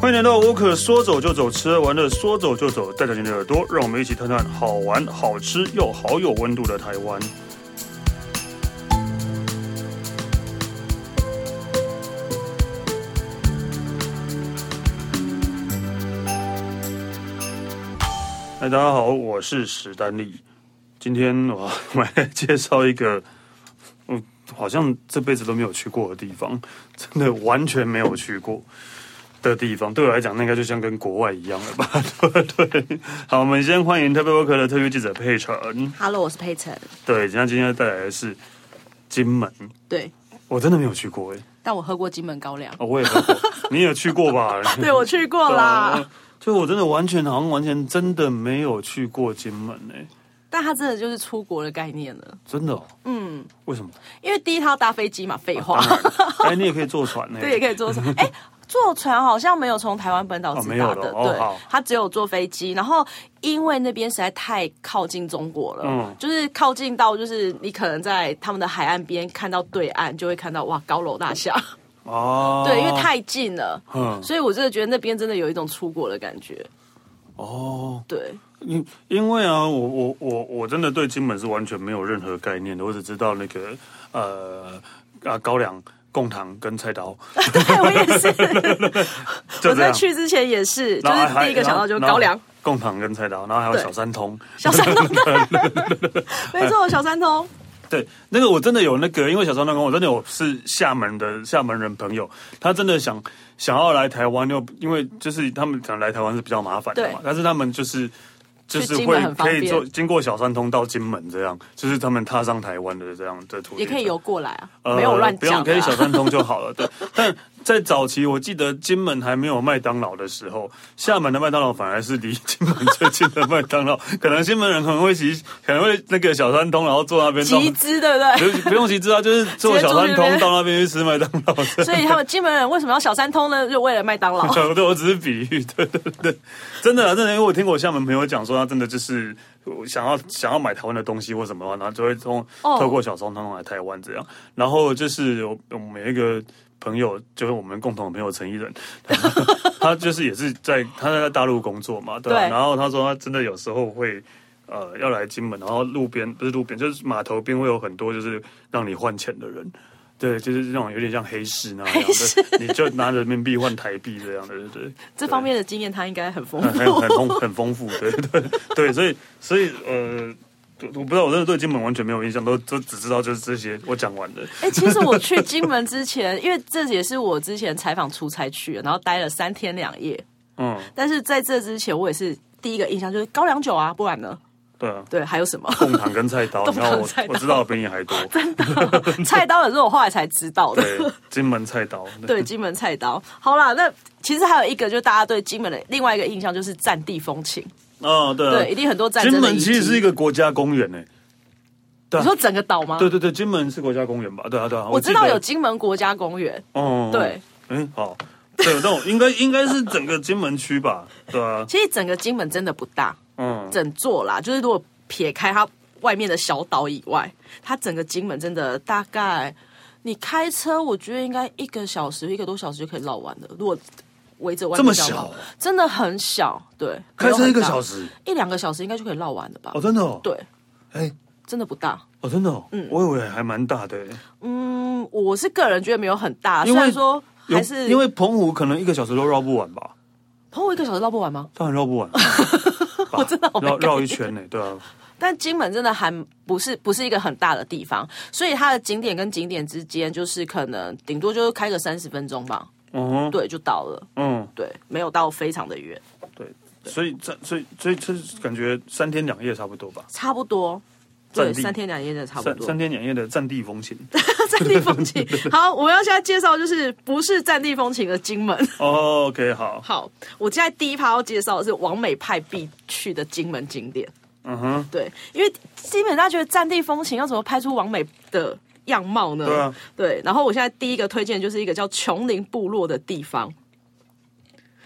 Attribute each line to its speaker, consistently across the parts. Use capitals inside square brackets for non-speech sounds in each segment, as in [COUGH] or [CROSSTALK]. Speaker 1: 欢迎来到沃克，说走就走，吃完了说走就走，带着你的耳朵，让我们一起探探好玩、好吃又好有温度的台湾。嗨，哎大家好，我是史丹利。今天我我们来介绍一个，嗯，好像这辈子都没有去过的地方，真的完全没有去过的地方。对我来讲，那应该就像跟国外一样了吧？ [LAUGHS] 对对。好，我们先欢迎特别 worker 的特约记者佩晨。
Speaker 2: Hello，我是佩晨。
Speaker 1: 对，今天今天带来的是金门，
Speaker 2: 对，
Speaker 1: 我真的没有去过哎、
Speaker 2: 但我喝过金门高粱。
Speaker 1: 哦，我也喝过，你也去过
Speaker 2: [LAUGHS]
Speaker 1: 吧？啊
Speaker 2: 对，我去过啦，。
Speaker 1: 就我真的完全好像完全真的没有去过金门哎、
Speaker 2: 但它真的就是出国的概念了，
Speaker 1: 真的、哦。嗯，为什么？
Speaker 2: 因为第一它要搭飞机嘛，废话，
Speaker 1: 哎，你也可以坐船呢、
Speaker 2: [LAUGHS] 对，也可以坐船。哎、坐船好像没有从台湾本岛直达的，
Speaker 1: 哦没有了哦好
Speaker 2: 对，它只有坐飞机。然后因为那边实在太靠近中国了，
Speaker 1: 嗯
Speaker 2: 就是靠近到就是你可能在他们的海岸边看到对岸，就会看到哇高楼大厦，
Speaker 1: 哦，
Speaker 2: 对，因为太近了，
Speaker 1: 嗯
Speaker 2: 所以我真的觉得那边真的有一种出国的感觉，
Speaker 1: 哦，
Speaker 2: 对。 [LAUGHS]
Speaker 1: 因因为啊，我我我我真的对金门是完全没有任何概念的，我只知道那个呃啊高粱、贡糖跟菜
Speaker 2: [LAUGHS]
Speaker 1: 刀，
Speaker 2: 对我也是，
Speaker 1: 就这
Speaker 2: 我在
Speaker 1: 样。
Speaker 2: 去之前也是，就
Speaker 1: 然后
Speaker 2: 是
Speaker 1: 还
Speaker 2: 第一个想到就是
Speaker 1: 然后
Speaker 2: 高粱、
Speaker 1: 贡糖跟菜刀，然后还有
Speaker 2: 对
Speaker 1: 小三通，
Speaker 2: 小三
Speaker 1: [LAUGHS]
Speaker 2: 通，没错，小三通，
Speaker 1: 对，那个我真的有那个，因为小三通，我真的有是厦门的厦门人朋友，他真的想想要来台湾，又因为就是他们想来台湾是比较麻烦的嘛
Speaker 2: 对，
Speaker 1: 但是他们就是就是
Speaker 2: 去金
Speaker 1: 会
Speaker 2: 门很方
Speaker 1: 可
Speaker 2: 便
Speaker 1: 以坐经过小三通到金门这样，就是他们踏上台湾的这样的途径，
Speaker 2: 也可以游过来啊，
Speaker 1: 呃。
Speaker 2: 没有乱讲
Speaker 1: 不用，可
Speaker 2: 的
Speaker 1: 以小
Speaker 2: 啊。
Speaker 1: 三通就好了。
Speaker 2: [LAUGHS]
Speaker 1: 对，但在早期，我记得金门还没有麦当劳的时候，厦门的麦当劳反而是离金门最近的麦当
Speaker 2: [LAUGHS]
Speaker 1: 劳。可能金门人可能会骑，可能会那个小三通，然后坐那边弄
Speaker 2: 集资对不
Speaker 1: 不不用急知道，就是坐小三通到那边去吃麦当劳。
Speaker 2: 对？所以他们金门人为什么要小三通呢？就为了麦当劳。
Speaker 1: [LAUGHS] 对，我只是比喻， [LAUGHS] 对对对，真的啊，真的，因为我听过我厦门朋友讲说，他真的就是想要想要买台湾的东西或什么啊，然后就会通
Speaker 2: 哦
Speaker 1: 透过小三通来台湾这样。然后就是我我们有一个朋友，就是我们共同的朋友陈一
Speaker 2: [LAUGHS]
Speaker 1: 仁，他就是也是在他在大陆工作嘛，对啊、
Speaker 2: 对
Speaker 1: 然后他说他真的有时候会。呃，要来金门，然后路边不是路边，就是码头边会有很多就是让你换钱的人，对，就是这种有点像黑市那样的，你就拿人民币换台币这样的，对对对，
Speaker 2: 这方面的经验他应该很丰
Speaker 1: [LAUGHS] 很
Speaker 2: 富。
Speaker 1: 很很丰很丰富，对对对，所以所以呃，我我不知道，我真的对金门完全没有印象，都都只知道就是这些我讲完的，
Speaker 2: [LAUGHS] 哎、其实我去金门之前，因为这也是我之前采访出差去的，然后待了三天两夜。
Speaker 1: 嗯，
Speaker 2: 但是在这之前，我也是第一个印象就是高粱酒啊，不然呢？
Speaker 1: 对啊，
Speaker 2: 对，还有什么？
Speaker 1: 贡糖跟菜
Speaker 2: [LAUGHS]
Speaker 1: 刀，你
Speaker 2: 贡
Speaker 1: 知
Speaker 2: 糖
Speaker 1: 道我
Speaker 2: 菜刀
Speaker 1: 我知道的比你还
Speaker 2: [LAUGHS]
Speaker 1: 多，
Speaker 2: 菜刀也是我后来才知道的。
Speaker 1: 对，金门菜刀， [LAUGHS]
Speaker 2: 对，金门菜刀。好啦，那其实还有一个，就是大家对金门的另外一个印象就是战地风情，
Speaker 1: 哦对啊
Speaker 2: 对，一定很多战争
Speaker 1: 金
Speaker 2: 的
Speaker 1: 门
Speaker 2: 遗迹
Speaker 1: 其实是一个国家公园诶，
Speaker 2: 你说整个岛吗？
Speaker 1: 对对对，金门是国家公园吧？对啊对啊，
Speaker 2: 啊我
Speaker 1: 记
Speaker 2: 知道
Speaker 1: 得
Speaker 2: 有金门国家公园，
Speaker 1: 哦，
Speaker 2: 对，
Speaker 1: 嗯，好，对，那我应该应该是整个金门区吧，对啊，
Speaker 2: 其实整个金门真的不大，
Speaker 1: 嗯，
Speaker 2: 整座啦，就是如果撇开它外面的小岛以外，它整个金门真的大概你开车，我觉得应该一个小时一个多小时就可以绕完了。如果围着外面
Speaker 1: 这么
Speaker 2: 绕
Speaker 1: 小
Speaker 2: 完，真的很小，对，
Speaker 1: 开车一个小
Speaker 2: 时，
Speaker 1: 时，
Speaker 2: 一两个小时应该就可以绕完了吧？
Speaker 1: 哦，真的哦，，
Speaker 2: 对，
Speaker 1: 哎，
Speaker 2: 真的不大。
Speaker 1: 哦，真的哦，嗯，我以为还蛮大的，欸
Speaker 2: 嗯，我是个人觉得没有很大，
Speaker 1: 因为
Speaker 2: 虽然说
Speaker 1: 有
Speaker 2: 还是
Speaker 1: 因为澎湖可能一个小时都绕不完吧，
Speaker 2: 澎湖一个小时绕不完吗？
Speaker 1: 当然绕不完，我真的
Speaker 2: [LAUGHS] 我没
Speaker 1: 绕
Speaker 2: 概
Speaker 1: 绕一
Speaker 2: 念
Speaker 1: 圈呢，对啊，
Speaker 2: 但金门真的还不是不是一个很大的地方，所以它的景点跟景点之间就是可能顶多就是开个三十分钟吧，
Speaker 1: 嗯哼
Speaker 2: 对，就到了，
Speaker 1: 嗯，
Speaker 2: 对，没有到非常的远，
Speaker 1: 对，所以这所以所以这感觉三天两夜差不多吧，
Speaker 2: 差不多。对，
Speaker 1: 占地
Speaker 2: 三天两夜真的差不
Speaker 1: 三
Speaker 2: 多。
Speaker 1: 三天两夜的战地风情。
Speaker 2: [LAUGHS] 战地
Speaker 1: [LAUGHS]
Speaker 2: 风情，好，我要现在介绍就是不是战地风情的金门。
Speaker 1: 哦，OK，好，
Speaker 2: [LAUGHS] 好，我现在第一趴要介绍的是王美派必去的金门景点。
Speaker 1: 嗯哼，
Speaker 2: 对，因为基本大家觉得战地风情要怎么拍出完美的样貌呢？
Speaker 1: 对啊
Speaker 2: 对然后我现在第一个推荐就是一个叫琼林部落的地方。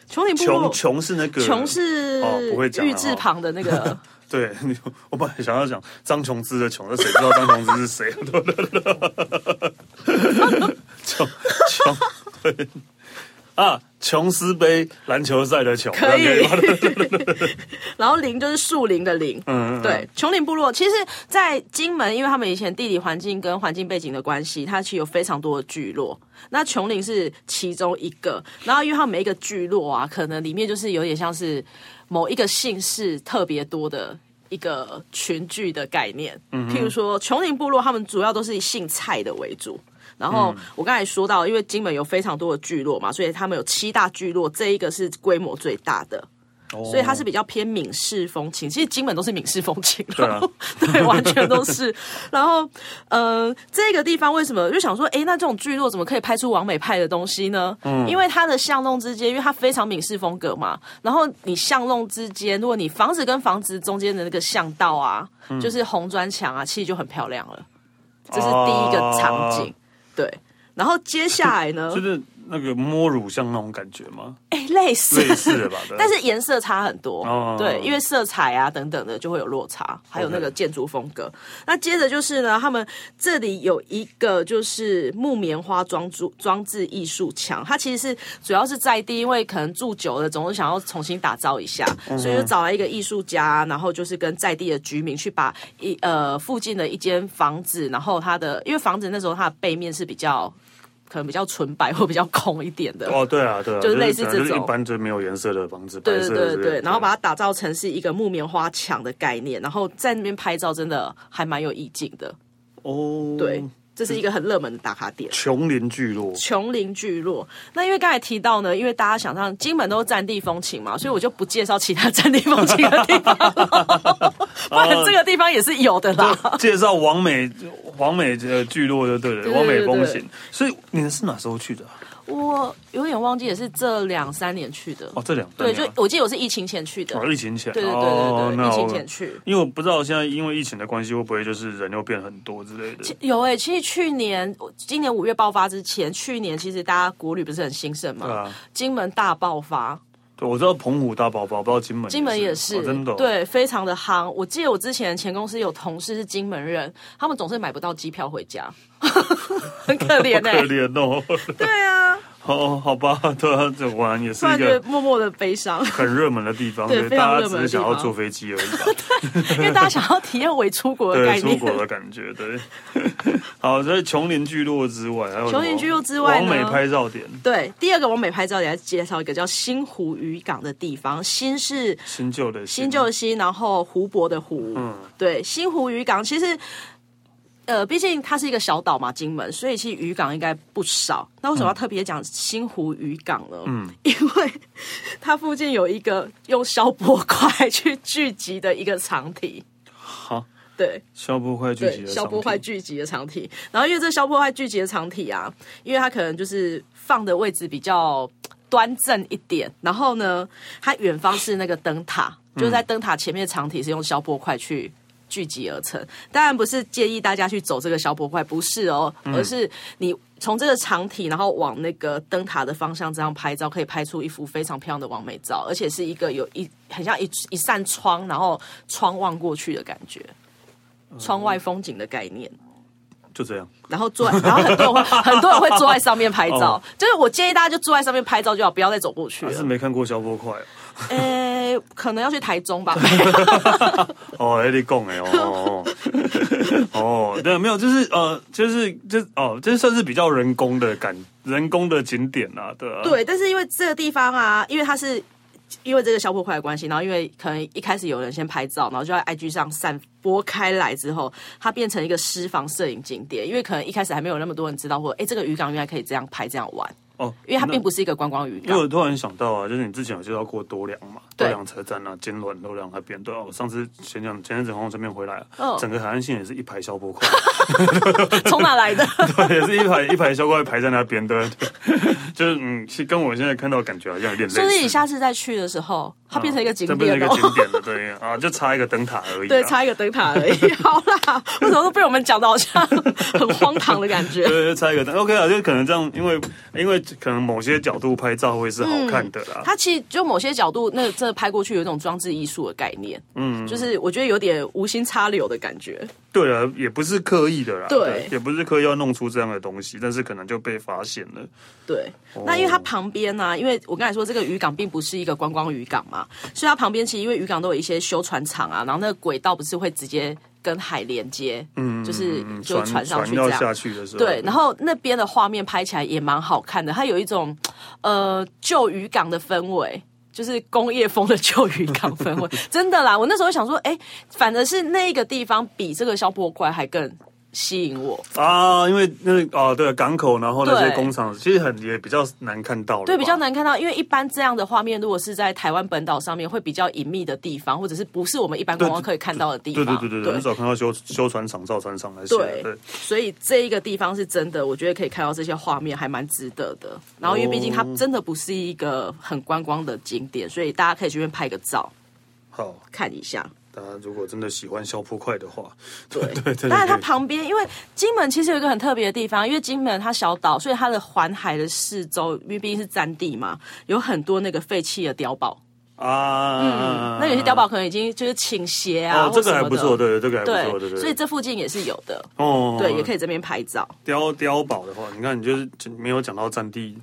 Speaker 2: 琼林部
Speaker 1: 穷
Speaker 2: 落，
Speaker 1: 穷是那个
Speaker 2: 琼是
Speaker 1: 哦不会讲了
Speaker 2: 玉字旁的那个， [LAUGHS]
Speaker 1: 对， [LAUGHS] 你我本来想要讲张琼之的琼，那谁知道张琼之是谁？ [LAUGHS] 对不 [LAUGHS] 对？琼琼对啊，琼斯杯篮球赛的球，
Speaker 2: 可以
Speaker 1: 这样吗 [LAUGHS]
Speaker 2: 然后林就是树林的林，
Speaker 1: 嗯，嗯，
Speaker 2: 对，琼林部落其实，在金门，因为他们以前地理环境跟环境背景的关系，它其实有非常多的聚落。那琼林是其中一个，然后因为它每一个聚落啊，可能里面就是有点像是某一个姓氏特别多的一个群聚的概念。
Speaker 1: 嗯
Speaker 2: 譬如说琼林部落，他们主要都是以姓蔡的为主。然后我刚才说到，因为金门有非常多的聚落嘛，所以他们有七大聚落，这一个是规模最大的。
Speaker 1: 哦
Speaker 2: 所以它是比较偏闽式风情。其实金门都是闽式风情，
Speaker 1: 对啊
Speaker 2: 然后对，完全
Speaker 1: [LAUGHS]
Speaker 2: 都是。然后，呃，这个地方为什么我就想说，诶，那这种聚落怎么可以拍出王美派的东西呢？
Speaker 1: 嗯
Speaker 2: 因为它的巷弄之间，因为它非常闽式风格嘛。然后你巷弄之间，如果你房子跟房子中间的那个巷道啊，
Speaker 1: 嗯
Speaker 2: 就是红砖墙啊，其实就很漂亮了。这是第一个场景，对。然后接下来
Speaker 1: [LAUGHS]
Speaker 2: 呢
Speaker 1: 哦，就？是那个摸乳像那种感觉吗？
Speaker 2: 哎，类似
Speaker 1: 类似的吧，对
Speaker 2: 但是颜色差很多，
Speaker 1: 哦
Speaker 2: 对，因为色彩啊等等的就会有落差，还有那个建筑风格。那接着就是呢，他们这里有一个就是木棉花装住装置艺术墙，它其实是主要是在地，因为可能住久了，总是想要重新打造一下，
Speaker 1: 嗯
Speaker 2: 所以就找来一个艺术家，然后就是跟在地的居民去把一呃附近的一间房子，然后它的因为房子那时候它的背面是比较。可能比较纯白或比较空一点的
Speaker 1: 哦，对啊，对啊，
Speaker 2: 就是类似
Speaker 1: 可能
Speaker 2: 这
Speaker 1: 就是
Speaker 2: 种
Speaker 1: 一般就没有颜色的房子，
Speaker 2: 对
Speaker 1: 白
Speaker 2: 对
Speaker 1: 色的
Speaker 2: 对
Speaker 1: 之类
Speaker 2: 对，
Speaker 1: 的
Speaker 2: 然后把它打造成是一个木棉花墙的概念，然后在那边拍照真的还蛮有意境的。
Speaker 1: 哦，
Speaker 2: 对，这是一个很热门的打卡点。
Speaker 1: 琼林聚落，
Speaker 2: 琼林聚落，那因为刚才提到呢，因为大家想象金门都是战地风情嘛，所以我就不介绍其他战地风情的
Speaker 1: [LAUGHS]
Speaker 2: 地方了，不然这个地方也是有的啦。
Speaker 1: 介绍王美王美的聚落就对了，
Speaker 2: 对
Speaker 1: 王美风
Speaker 2: 对
Speaker 1: 行。所以你们是哪时候去的啊？
Speaker 2: 我有点忘记，也是这两三年去的。
Speaker 1: 哦，这两
Speaker 2: 对，
Speaker 1: 年
Speaker 2: 就
Speaker 1: 啊
Speaker 2: 我记得我是疫情前去的。
Speaker 1: 哦，疫情前，
Speaker 2: 对对对
Speaker 1: 哦
Speaker 2: 对对，
Speaker 1: 那
Speaker 2: 疫情
Speaker 1: 我
Speaker 2: 前去。
Speaker 1: 因为我不知道现在因为疫情的关系，会不会就是人又变很多之类的？
Speaker 2: 有诶、其实去年今年五月爆发之前，去年其实大家国旅不是很兴盛嘛，
Speaker 1: 对啊，
Speaker 2: 金门大爆发，
Speaker 1: 对，我知道澎湖大爆发，不知道金门
Speaker 2: 金门也是，
Speaker 1: 哦真的哦，
Speaker 2: 对，非常的夯。我记得我之前前公司有同事是金门人，他们总是买不到机票回家， [LAUGHS] 很可怜
Speaker 1: 好
Speaker 2: 哎、
Speaker 1: 可怜哦。 [LAUGHS]
Speaker 2: 对啊，
Speaker 1: 哦，好吧，对啊，这果然也是
Speaker 2: 突
Speaker 1: 一
Speaker 2: 然觉得
Speaker 1: 个
Speaker 2: 默默的悲伤，
Speaker 1: 很热门的地方，
Speaker 2: 对非常
Speaker 1: 大家
Speaker 2: 热
Speaker 1: 只
Speaker 2: 门
Speaker 1: 是
Speaker 2: 的
Speaker 1: 想
Speaker 2: 地
Speaker 1: 要
Speaker 2: 方
Speaker 1: 坐飞机而已吧。
Speaker 2: 因为大家想要体验伪出 [LAUGHS] 国的概
Speaker 1: 对出
Speaker 2: 念。
Speaker 1: 国的感觉，对。 [LAUGHS] 好，所以琼林聚落之外，还有什么
Speaker 2: 琼林聚落之外
Speaker 1: 王
Speaker 2: 呢
Speaker 1: 美拍照点，
Speaker 2: 对，第二个我美拍照，也来介绍一个叫新湖渔港的地方。新是
Speaker 1: 新旧的
Speaker 2: 新旧的新，然后湖泊的湖，
Speaker 1: 嗯
Speaker 2: 对，新湖渔港其实。呃，毕竟它是一个小岛嘛，金门，所以其实渔港应该不少。那为
Speaker 1: 嗯
Speaker 2: 什么要特别讲新湖渔港呢？嗯， [LAUGHS] 因为它附近有一个用消波块 [LAUGHS] 去聚集的一个长体，
Speaker 1: 好，
Speaker 2: 对，
Speaker 1: 消波块聚集
Speaker 2: 对，
Speaker 1: 的
Speaker 2: 消
Speaker 1: 商
Speaker 2: 波块
Speaker 1: 品
Speaker 2: 聚集的长体。然后因为这消波块聚集的长体啊，因为它可能就是放的位置比较端正一点，然后呢，它远方是那个灯塔，就是
Speaker 1: 嗯
Speaker 2: 在灯塔前面的长体是用消波块去。聚集而成，当然不是建议大家去走这个消波块，不是哦，
Speaker 1: 嗯
Speaker 2: 而是你从这个长体，然后往那个灯塔的方向这样拍照，可以拍出一幅非常漂亮的完美照，而且是一个有一很像一一扇窗，然后窗望过去的感觉。窗外风景的概念。
Speaker 1: 就这样。
Speaker 2: 然后坐， [LAUGHS] 然后很多人会很多人会坐在上面拍照，
Speaker 1: 哦
Speaker 2: 就是我建议大家就坐在上面拍照就好，不要再走过去
Speaker 1: 还是
Speaker 2: 了。
Speaker 1: 没看过消波块哦
Speaker 2: 呃、可能要去台中吧。
Speaker 1: 哦，哎，你讲哎，哦哦哦，对，没有，就是呃，就是就哦，这算是比较人工的感，人工的景点啊， [LAUGHS] 对啊，
Speaker 2: 对，但是因为这个地方啊，因为它是因为这个消波块的关系，然后因为可能一开始有人先拍照，然后就在 IG 上散播开来之后，它变成一个私房摄影景点，因为可能一开始还没有那么多人知道，或哎这个渔港原来可以这样拍这样玩，
Speaker 1: 哦，
Speaker 2: 因为它并
Speaker 1: 不。
Speaker 2: 不是一个观光渔
Speaker 1: 因为 [LAUGHS]
Speaker 2: 港。
Speaker 1: 我突然想到啊，就是你之前有介绍过多良嘛，多
Speaker 2: 对
Speaker 1: 良车站啊，金轮、多良那边，对啊，我上次前两前阵子从这边回来啊，
Speaker 2: 哦
Speaker 1: 整个海岸线也是一排消波块， [LAUGHS]
Speaker 2: 从哪来的？
Speaker 1: 对，也是一排一排消波块排在那边的，对 [LAUGHS] 就是嗯，是跟我现在看到的感觉好像有点类似，
Speaker 2: 所以你下次再去的时候，它变成一个景
Speaker 1: 啊这变
Speaker 2: 点
Speaker 1: 成一
Speaker 2: 哦。
Speaker 1: 个景点了，对啊，就差一个灯塔而已啊，
Speaker 2: 对，差一个灯塔而已。 [LAUGHS] 好啦，为什么都被我们讲的好像很荒唐的感觉？
Speaker 1: 对，就差一个灯，OK 啊，就可能这样，因为因为可能某些角度拍照会是好看的啦，
Speaker 2: [LAUGHS] 它其实就某些角度，那这拍过去有一种装置艺术的概念，嗯，就是我觉得有点无心插柳的感觉，
Speaker 1: 对啊，也不是刻意的啦，
Speaker 2: 对
Speaker 1: 也不是刻意要弄出这样的东西，但是可能就被发现了。
Speaker 2: 对，那因为它旁边呢、因为我刚才说这个渔港并不是一个观光渔港嘛，所以它旁边其实因为渔港都有一些修船厂啊，然后那个轨道不是会直接跟海连接，嗯，就是
Speaker 1: 嗯，
Speaker 2: 就
Speaker 1: 船
Speaker 2: 船上去这
Speaker 1: 要
Speaker 2: 样。
Speaker 1: 下去的时候，
Speaker 2: 对，然后那边的画面拍起来也蛮好看的，它有一种呃旧渔港的氛围。就是工业风的旧渔港氛
Speaker 1: [LAUGHS]
Speaker 2: 围，真的啦！我那时候想说，哎、反而是那个地方比这个消波怪还更吸引我。
Speaker 1: 啊，因为那个啊，对，港口，然后那些
Speaker 2: 对
Speaker 1: 工厂，其实很也比较难看到了吧，
Speaker 2: 对，比较难看到，因为一般这样的画面，如果是在台湾本岛上面，会比较隐秘的地方，或者是不是我们一般观光可以看到的地
Speaker 1: 对。
Speaker 2: 方。
Speaker 1: 对对对对，很少看到修修船厂、造船厂来写的。
Speaker 2: 对所以这一个地方是真的，我觉得可以看到这些画面，还蛮值得的。然后，因为毕竟它真的不是一个很观光的景点，所以大家可以去那边拍个照
Speaker 1: 好，
Speaker 2: 看一下。
Speaker 1: 大家如果真的喜欢消破快的话，
Speaker 2: 对
Speaker 1: [LAUGHS] 对，真的
Speaker 2: 当然，它
Speaker 1: 可以
Speaker 2: 旁边因为金门其实有一个很特别的地方，因为金门它小岛，所以它的环海的四周，因为毕竟是占地嘛，有很多那个废弃的碉堡。
Speaker 1: 啊，
Speaker 2: 嗯那有些碉堡可能已经就是倾斜啊，
Speaker 1: 哦，这个还
Speaker 2: 或什么的
Speaker 1: 不错，对，这个还不
Speaker 2: 对
Speaker 1: 错，对对。
Speaker 2: 所以这附近也是有的，
Speaker 1: 哦，
Speaker 2: 对，也
Speaker 1: 以
Speaker 2: 可以这边拍照。
Speaker 1: 碉碉堡的话，你看你就是没有讲到战地，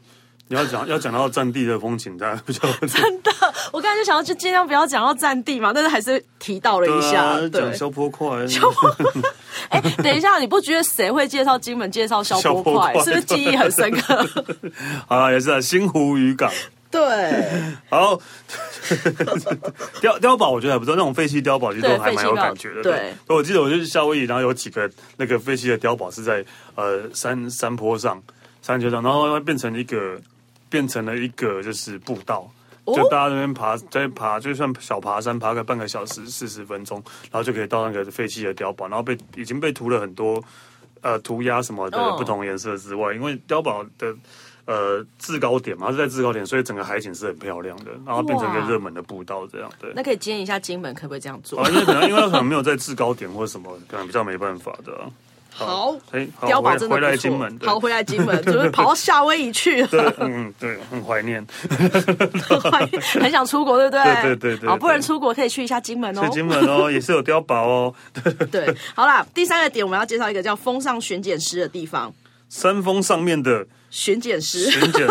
Speaker 1: 你要讲 [LAUGHS] 要讲到战地的风景，大家比较
Speaker 2: 真的， [LAUGHS] 我刚才就想要就尽量不要讲到战地嘛，但是还是提到了一下。
Speaker 1: 对啊 [LAUGHS] 讲消坡快，
Speaker 2: [LAUGHS] 哎、等一下，你不觉得谁会介绍金门介绍消波
Speaker 1: 消波
Speaker 2: 块，
Speaker 1: 块
Speaker 2: 是不是记忆很深
Speaker 1: [LAUGHS]
Speaker 2: 刻？
Speaker 1: 好啦，也是啊，新湖渔港。
Speaker 2: 对，
Speaker 1: 好， [LAUGHS] 碉碉堡我觉得还不错，那种废弃碉堡其实都
Speaker 2: 对
Speaker 1: 还蛮有
Speaker 2: 废弃碉堡
Speaker 1: 感觉的。
Speaker 2: 对
Speaker 1: 对，我记得我去夏威夷，然后有几个那个废弃的碉堡是在呃山山坡上、山丘上，然后它变成一个变成了一个就是步道。
Speaker 2: 哦
Speaker 1: 就大家在那边爬，在爬，就算小爬山，爬个半个小时、四十分钟，然后就可以到那个废弃的碉堡，然后被已经被涂了很多呃涂鸦什么的
Speaker 2: 嗯
Speaker 1: 不同颜色之外，因为碉堡的呃制高点嘛，它是在制高点，所以整个海景是很漂亮的，然后变成一个
Speaker 2: 哇
Speaker 1: 热门的步道这样。对，
Speaker 2: 那可以建议一下金门可不可以这样做？
Speaker 1: 哦，因为可能因为它可能没有在制高点或者什么，可能比较没办法的啊、
Speaker 2: 好，
Speaker 1: 哎，好
Speaker 2: 哦碉堡
Speaker 1: 回
Speaker 2: 真的
Speaker 1: 回
Speaker 2: 不
Speaker 1: 来
Speaker 2: 错
Speaker 1: 金门，对
Speaker 2: 好，回来
Speaker 1: [LAUGHS]
Speaker 2: 金门，就是跑到夏威夷去了， [LAUGHS]
Speaker 1: 对，嗯，对，很怀念。
Speaker 2: 很想出国，对不对？
Speaker 1: 对对对对
Speaker 2: 好，不能
Speaker 1: 对
Speaker 2: 出国可以去一下金门哦。
Speaker 1: 去金门哦，也是有碉堡哦，
Speaker 2: 对，好啦，第三个点我们要介绍一个叫风上巡检师的地方，
Speaker 1: 山峰上面的
Speaker 2: 巡
Speaker 1: [LAUGHS]
Speaker 2: 检师。
Speaker 1: 巡
Speaker 2: [LAUGHS]
Speaker 1: 检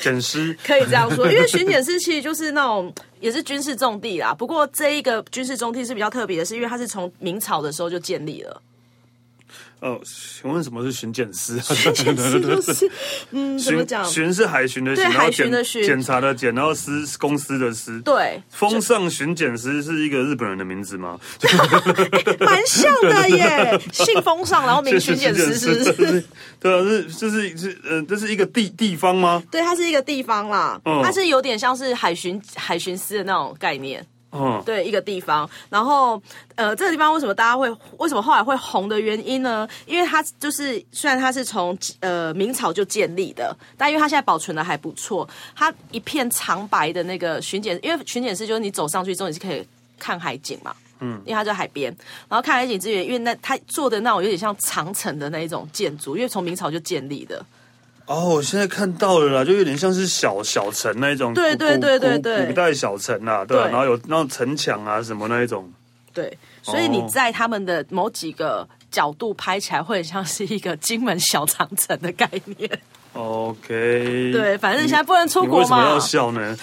Speaker 1: 检师。
Speaker 2: 可以这样说，因为巡检师其实就是那种也是军事重地啦。不过这一个军事重地是比较特别的，是因为它是从明朝的时候就建立 [LAUGHS] 了。
Speaker 1: 哦，请问什么是巡检师啊？
Speaker 2: [LAUGHS]
Speaker 1: [LAUGHS]
Speaker 2: 巡检师就是，嗯，怎么
Speaker 1: 巡
Speaker 2: 讲？
Speaker 1: 巡是海巡的巡，
Speaker 2: 对
Speaker 1: 然后
Speaker 2: 海巡
Speaker 1: 检
Speaker 2: 的巡
Speaker 1: 检查的检，然后司是公司的司。
Speaker 2: 对，
Speaker 1: 风上巡检师是一个日本人的名字吗？
Speaker 2: 蛮像的 [LAUGHS] 耶。信封上，然后明巡检师是不是？
Speaker 1: 是，对啊，是这是是呃，这是一个地地方吗？
Speaker 2: 对，它是一个地方啦，
Speaker 1: 嗯
Speaker 2: 它是有点像是海巡海巡司的那种概念。
Speaker 1: 嗯，
Speaker 2: 对一个地方。然后，呃，这个地方为什么大家会为什么后来会红的原因呢？因为它就是虽然它是从呃明朝就建立的，但因为它现在保存的还不错，它一片长白的那个巡检，因为巡检室就是你走上去之后你是可以看海景嘛。嗯，因为它在海边，然后看海景之余，因为那它做的那种有点像长城的那一种建筑，因为从明朝就建立的，
Speaker 1: 哦，我现在看到了啦，就有点像是小小城那一种古，
Speaker 2: 对
Speaker 1: 古
Speaker 2: 对对对
Speaker 1: 古
Speaker 2: 对
Speaker 1: 古代小城啊，对啊，
Speaker 2: 对
Speaker 1: 然后有那种城墙啊什么那一种，
Speaker 2: 对，所以你在他们的某几个角度拍起来，会很像是一个金门小长城的概念。
Speaker 1: OK，
Speaker 2: 对，反正现在不能出
Speaker 1: 你为
Speaker 2: 国
Speaker 1: 什么
Speaker 2: 嘛
Speaker 1: 要。笑呢？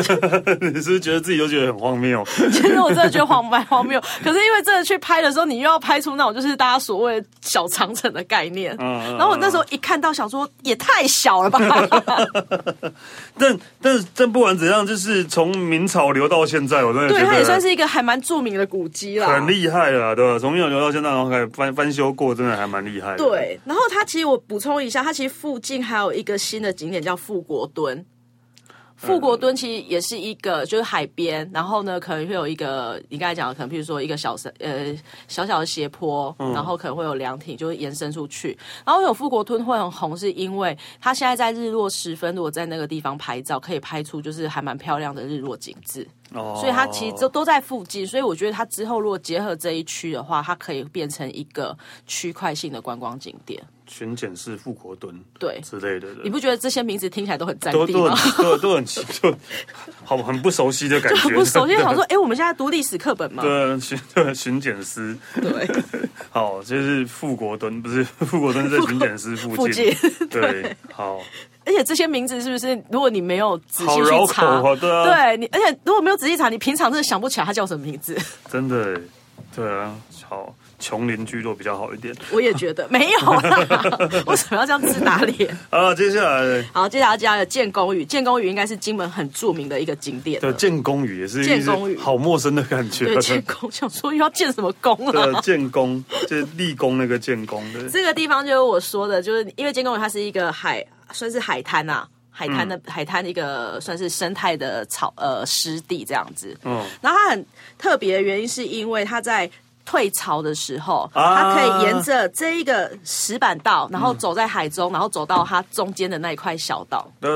Speaker 1: [LAUGHS] 你是不是觉得自己都觉得很荒谬？
Speaker 2: 其实我真的觉得荒蛮荒谬， [LAUGHS] 可是因为真的去拍的时候，你又要拍出那种就是大家所谓的小长城的概念。
Speaker 1: 嗯嗯
Speaker 2: 然后我那时候一看到，想说也太小
Speaker 1: [LAUGHS]
Speaker 2: 了吧。
Speaker 1: 但但但不管怎样，就是从明朝留到现在，我真的觉
Speaker 2: 对，
Speaker 1: 得
Speaker 2: 它也算是一个还蛮著名的古迹啦。
Speaker 1: 很厉害了，对吧？从明朝留到现在，然后还翻翻修过，真的还蛮厉害的。，
Speaker 2: 对，然后它其实我补充一下，它其实附近还有一个新的景点叫富国墩。富国墩其实也是一个，就是海边，然后呢，可能会有一个你刚才讲的，可能譬如说一个小山，呃，小小的斜坡，然后可能会有凉亭，就会延伸出去。然后有富国墩会很红，是因为它现在在日落时分，如果在那个地方拍照，可以拍出就是还蛮漂亮的日落景致。
Speaker 1: 哦，
Speaker 2: 所以它其实都都在附近，所以我觉得它之后如果结合这一区的话，它可以变成一个区块性的观光景点。
Speaker 1: 巡检是富国墩
Speaker 2: 对，
Speaker 1: 之类的，
Speaker 2: 你不觉得这些名字听起来都很在
Speaker 1: 都
Speaker 2: 地
Speaker 1: 都
Speaker 2: [LAUGHS] 吗？
Speaker 1: 很都都很就好很不熟悉的
Speaker 2: [LAUGHS]
Speaker 1: 感觉， [LAUGHS] 啊
Speaker 2: 很不熟，因为想说，哎、我们现在读历史课本嘛，
Speaker 1: 对巡对巡检师，
Speaker 2: 对，
Speaker 1: 好，就是富国墩，不是富国墩是在勤俭寺附
Speaker 2: 附
Speaker 1: 近
Speaker 2: 近。 [LAUGHS]
Speaker 1: 对，好，
Speaker 2: 而且这些名字是不是，如果你没有仔细
Speaker 1: 好
Speaker 2: 去
Speaker 1: 绕口
Speaker 2: 查，
Speaker 1: 哦，对啊，
Speaker 2: 对你，而且如果没有仔细查，你平常真的想不起来它叫什么名字。
Speaker 1: 真的耶，对啊，好，穷邻居都比较好一点。
Speaker 2: 我也觉得 [LAUGHS] 没有啦，为什么要这样自打脸？
Speaker 1: 啊，接下来
Speaker 2: 好，接下来要讲的建公寓，建公寓应该是金门很著名的一个景点了。
Speaker 1: 的建功语也是
Speaker 2: 建功
Speaker 1: 一
Speaker 2: 屿
Speaker 1: 直好陌生的感觉。
Speaker 2: 对，建工想说要建什么宫啊？
Speaker 1: [LAUGHS] 对，建功就是立功那个建功的，
Speaker 2: 这个地方就是我说的，就是因为建工屿它是一个海，算是海滩啊，海滩的、海滩一个算是生态的草呃湿地这样子。
Speaker 1: 嗯，
Speaker 2: 然后它很特别的原因是因为它在。退潮的时候，
Speaker 1: 啊
Speaker 2: 它可以沿着这一个石板道，然后走在海中，然后走到它中间的那一块小岛。对，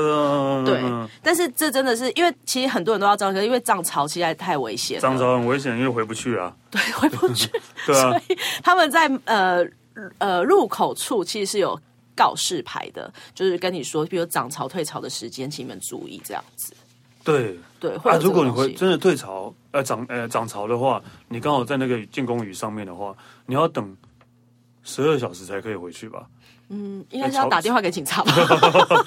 Speaker 1: 对
Speaker 2: 但是这真的是因为其实很多人都要这样，可是因为涨潮其实还太危险了，
Speaker 1: 涨潮很危险，因为回不去啊。
Speaker 2: 对回不去，
Speaker 1: 对啊，
Speaker 2: [LAUGHS] 他们在呃呃入口处其实是有告示牌的，就是跟你说，比如涨潮退潮的时间，请你们注意这样子。
Speaker 1: 对。
Speaker 2: 对，会
Speaker 1: 啊
Speaker 2: 有，这
Speaker 1: 如
Speaker 2: 个
Speaker 1: 果你
Speaker 2: 东
Speaker 1: 回
Speaker 2: 西。
Speaker 1: 真的退潮，呃涨呃涨潮的话，你刚好在那个建功屿上面的话，你要等十二小时才可以回去
Speaker 2: [LAUGHS]
Speaker 1: 吧？
Speaker 2: 嗯应该是
Speaker 1: 哎
Speaker 2: 要
Speaker 1: 潮哎
Speaker 2: 打电话给警
Speaker 1: [LAUGHS]
Speaker 2: 察吧？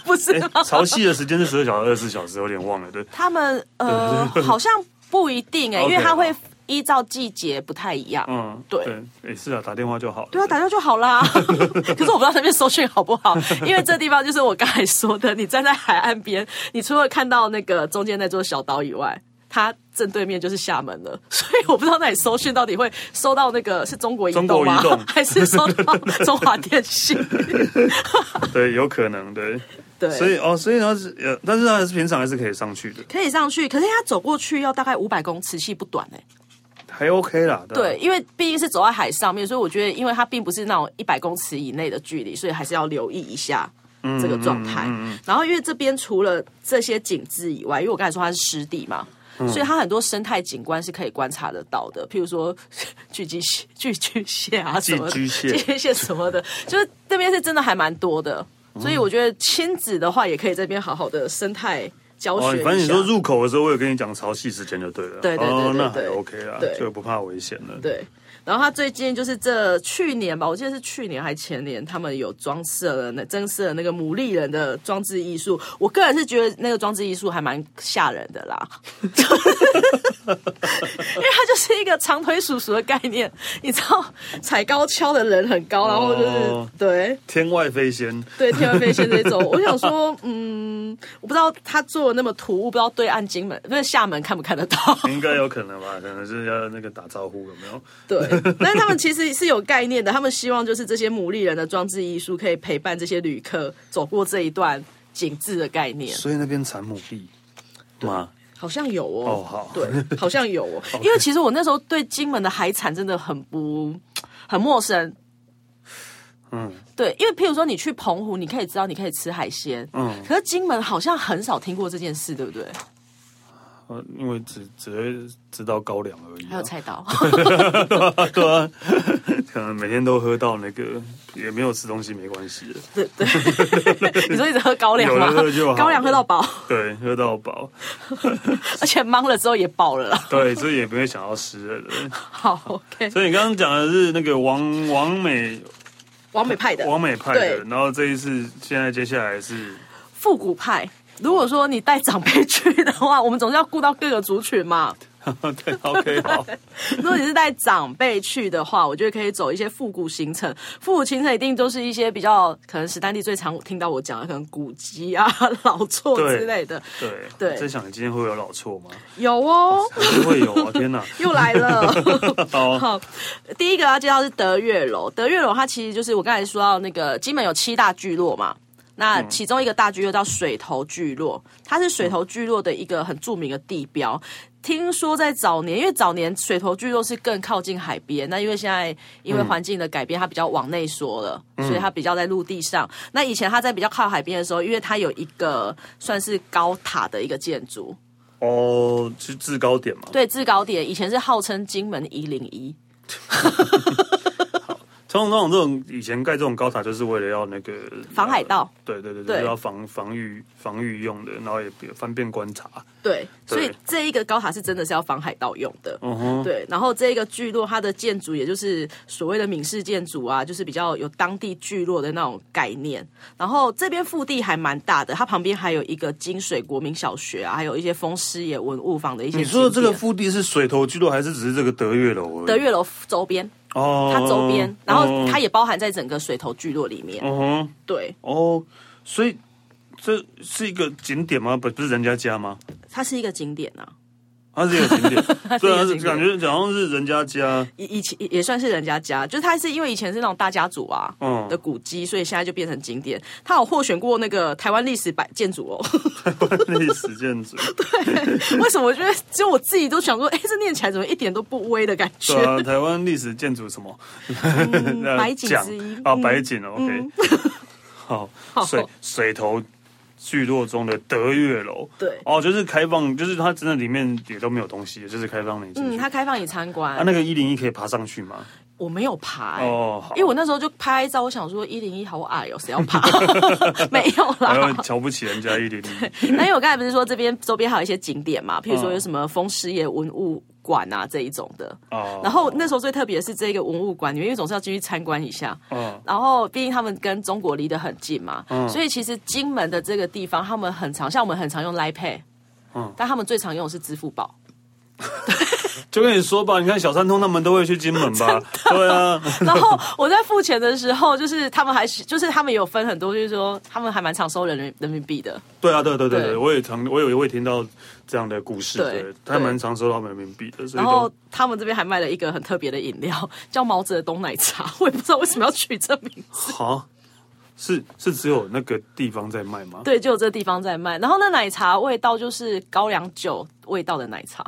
Speaker 2: 不是吗？
Speaker 1: 潮汐的时间是十二小时、二十四小时，有点忘了。对，
Speaker 2: 他们呃好像不一定哎、
Speaker 1: OK，
Speaker 2: 因为他会
Speaker 1: 好
Speaker 2: 依照季节不太一样。
Speaker 1: 嗯，
Speaker 2: 对
Speaker 1: 对，也是啊，打电话就好了。
Speaker 2: 对啊，打掉就好啦。 [LAUGHS] 可是我不知道那边搜讯好不 [LAUGHS] 好，因为这地方就是我刚才说的，你站在海岸边，你除了看到那个中间那座小岛以外，它正对面就是厦门了， [LAUGHS] 所以我不知道那里搜讯到底会搜到那个是中国移
Speaker 1: 中
Speaker 2: 动
Speaker 1: 国移
Speaker 2: 吗？
Speaker 1: 动
Speaker 2: [LAUGHS] 还是搜到中华电信？ [LAUGHS]
Speaker 1: 对，有可能对。
Speaker 2: 对，
Speaker 1: 所以哦，所以呢是呃，但是还是平常还是可以上去的，
Speaker 2: 可以上去，可是它走过去要大概五百公尺，其实不短哎、
Speaker 1: 还 OK 啦。啊
Speaker 2: 对，，因为毕竟是走在海上面，所以我觉得，因为它并不是那种一百公尺以内的距离，所以还是要留意一下
Speaker 1: 嗯
Speaker 2: 这个状态。然后，因为这边除了这些景致以外，因为我刚才说它是湿地嘛。
Speaker 1: 嗯
Speaker 2: 所以它很多生态景观是可以观察得到的，譬如说 [LAUGHS] 巨巨蟹、 [LAUGHS] 巨巨蟹啊什么的，
Speaker 1: 寄居蟹
Speaker 2: 寄居蟹什
Speaker 1: [LAUGHS]
Speaker 2: 么的，就是那边是真的还蛮多的。所以我觉得亲子的话，也可以这边好好的生态教
Speaker 1: 哦
Speaker 2: 学一，下。
Speaker 1: 反正你说入口的时候，我有跟你讲潮汐时间就对了。
Speaker 2: 对对对
Speaker 1: 哦，
Speaker 2: 对
Speaker 1: 那还
Speaker 2: 对
Speaker 1: OK 啦，
Speaker 2: 对
Speaker 1: 就不怕危险了。
Speaker 2: 对，然后他最近就是这去年吧，我记得是去年还前年，他们有装设了那增设了那个牡蛎人的装置艺术。我个人是觉得那个装置艺术还蛮吓人的啦，因为它就是一个长腿叔叔的概念，你知道踩高跷的人很高，然后就是、
Speaker 1: 哦
Speaker 2: 对。
Speaker 1: 天外飞仙，
Speaker 2: 对天外飞仙这种，我想说，嗯，我不知道他做的那么突兀，不知道对岸金门、不是厦门看不看得到。
Speaker 1: 应该有可能吧？ [LAUGHS] 可能是要那个打招呼有没有？
Speaker 2: 对， [LAUGHS] 但是他们其实是有概念的，他们希望就是这些牡蛎人的装置艺术可以陪伴这些旅客走过这一段景致的概念，
Speaker 1: 所以那边产牡蛎嘛，
Speaker 2: 好像有哦。
Speaker 1: 哦好
Speaker 2: 对，好像有
Speaker 1: [LAUGHS]
Speaker 2: 哦。因为其实我那时候对金门的海产真的很不很陌生。
Speaker 1: 嗯
Speaker 2: 对，因为譬如说你去澎湖，你可以知道你可以吃海鲜，
Speaker 1: 嗯，
Speaker 2: 可是金门好像很少听过这件事，对不对？
Speaker 1: 呃因为只只会知道高粱而已、啊，
Speaker 2: 还有菜刀，
Speaker 1: [LAUGHS] 对啊，可能每天都喝到那个，也没有吃东西没关系的，
Speaker 2: 对对， [LAUGHS] 你说一直喝高粱吗
Speaker 1: 有的喝就好？
Speaker 2: 高粱喝到饱，
Speaker 1: 对，喝到饱，
Speaker 2: 而且忙了之后也饱了啦。
Speaker 1: 对，所以也不会想要湿了的。
Speaker 2: 好，OK，
Speaker 1: 所以你刚刚讲的是那个王王美
Speaker 2: 完美派的，
Speaker 1: 王美派的，
Speaker 2: 对
Speaker 1: 然后这一次现在接下来是 [LAUGHS]
Speaker 2: 复古派。如果说你带长辈去的话， [LAUGHS] 我们总是要顾到各个族群嘛。 [LAUGHS]
Speaker 1: 对，OK 好，
Speaker 2: 如果你是带长辈去的话，我觉得可以走一些复古行程。复古行程一定都是一些比较可能史丹利最常听到我讲的，可能古籍啊、 [LAUGHS] 老厝之类的。
Speaker 1: 对
Speaker 2: 对
Speaker 1: 在想你今天会有老错吗？
Speaker 2: 有哦，
Speaker 1: 还是会有
Speaker 2: [LAUGHS]
Speaker 1: 啊，天哪！
Speaker 2: 又来了。 [LAUGHS]
Speaker 1: 好，
Speaker 2: 好，第一个要介绍是德月楼。德月楼它其实就是我刚才说到那个金门有七大聚落嘛，那其中一个大聚落叫水头聚落，它是水头聚落的一个很著名的地标。听说在早年，因为早年水头聚落是更靠近海边，那因为现在因为环境的改变，它比较往内缩了，所以它比较在陆地上。那以前它在比较靠海边的时候，因为它有一个算是高塔的一个建筑，
Speaker 1: 哦，是制高点嘛？
Speaker 2: 对，制高点以前是号称金门一零一，
Speaker 1: 通通常这种以前盖这种高塔，就是为了要那个呃
Speaker 2: 防海盗。
Speaker 1: 对对对，就
Speaker 2: 对
Speaker 1: 是要防防御防御用的，然后也别方便观察。
Speaker 2: 对，
Speaker 1: 对
Speaker 2: 所以这一个高塔是真的是要防海盗用的。
Speaker 1: 嗯哼，
Speaker 2: 对，然后这个聚落它的建筑，也就是所谓的闽式建筑啊，就是比较有当地聚落的那种概念。然后这边腹地还蛮大的，它旁边还有一个金水国民小学啊，还有一些风师爷文物坊的一些景
Speaker 1: 你
Speaker 2: 点。
Speaker 1: 说的这个腹地是水头聚落，还是只是这个德月楼而已？
Speaker 2: 德月楼周边，
Speaker 1: 哦，
Speaker 2: 它周边，然后它
Speaker 1: 也
Speaker 2: 也包含在整个水头聚落里面。
Speaker 1: 哦嗯哼
Speaker 2: 对，
Speaker 1: 哦，所以这是一个景点吗？不，不是人家家吗？
Speaker 2: 它是一个景点啊，
Speaker 1: 它是一个景
Speaker 2: [LAUGHS]
Speaker 1: 点，对啊，
Speaker 2: 是
Speaker 1: 是
Speaker 2: 一个景点
Speaker 1: 感觉好像是人家
Speaker 2: [LAUGHS]
Speaker 1: 家，
Speaker 2: 以以前也算是人家家，就是它是因为以前是那种大家族啊。
Speaker 1: 嗯
Speaker 2: 的，古迹，所以现在就变成景点。它有获选过那个台湾历史百建筑
Speaker 1: [LAUGHS]
Speaker 2: 哦。
Speaker 1: 历史建
Speaker 2: [LAUGHS]
Speaker 1: 筑，
Speaker 2: 为什么？我觉得只有我自己都想说，哎、这念起来怎么一点都不威的感觉？
Speaker 1: 对啊，台湾历史建筑什么？ [LAUGHS] 那
Speaker 2: 嗯白景
Speaker 1: 奖
Speaker 2: 之一
Speaker 1: 啊，
Speaker 2: 嗯
Speaker 1: 白景，OK，好，
Speaker 2: [LAUGHS]
Speaker 1: 水水头聚落中的德月楼，
Speaker 2: 对
Speaker 1: 哦，就是开放，就是它真的里面也都没有东西，就是开放你进
Speaker 2: 嗯，
Speaker 1: 去。
Speaker 2: 它开放你参观。
Speaker 1: 啊，那个一零一可以爬上去吗？
Speaker 2: 我没有爬、欸
Speaker 1: 哦好
Speaker 2: [LAUGHS] 因为我那时候就拍照，我想说一零一好矮
Speaker 1: [LAUGHS]
Speaker 2: 哦，谁要爬？ [LAUGHS] 没有
Speaker 1: 还
Speaker 2: 啦
Speaker 1: 有。瞧不起人家一零一，
Speaker 2: [LAUGHS] 那因为我刚才不是说这边周边还有一些景点嘛，譬如说
Speaker 1: 嗯
Speaker 2: 有什么风师爷文物馆啊这一种的。
Speaker 1: 哦，
Speaker 2: 然后那时候最特别的是这个文物馆，里面因为总是要进去参观一下。
Speaker 1: 嗯，
Speaker 2: 然后毕竟他们跟中国离得很近嘛，
Speaker 1: 嗯
Speaker 2: 所以其实金门的这个地方，他们很常像我们很常用 Line Pay，
Speaker 1: 嗯
Speaker 2: 但他们最常用的是支付宝。
Speaker 1: [LAUGHS] 就跟你说吧，你看小三通他们都会去金
Speaker 2: [LAUGHS]
Speaker 1: 门吧？对啊， [LAUGHS]
Speaker 2: 然后我在付钱的时候，就是他们还是就是他们有分很多，就是说他们还蛮常收人民人民币的。
Speaker 1: 对啊，对对对对，
Speaker 2: 对
Speaker 1: 我也常我有我也听到这样的故事，
Speaker 2: 对
Speaker 1: 对
Speaker 2: 对，
Speaker 1: 他蛮常收到人民币的，所以
Speaker 2: 然
Speaker 1: 都
Speaker 2: 后他们这边还卖了一个很特别的饮料，叫毛泽东奶茶。我也不知道为什么要取这名字。
Speaker 1: 好。是是只有那个地方在卖吗？
Speaker 2: 对，就有这地方在卖。然后那奶茶味道就是高粱酒味道的奶
Speaker 1: [LAUGHS]
Speaker 2: 茶。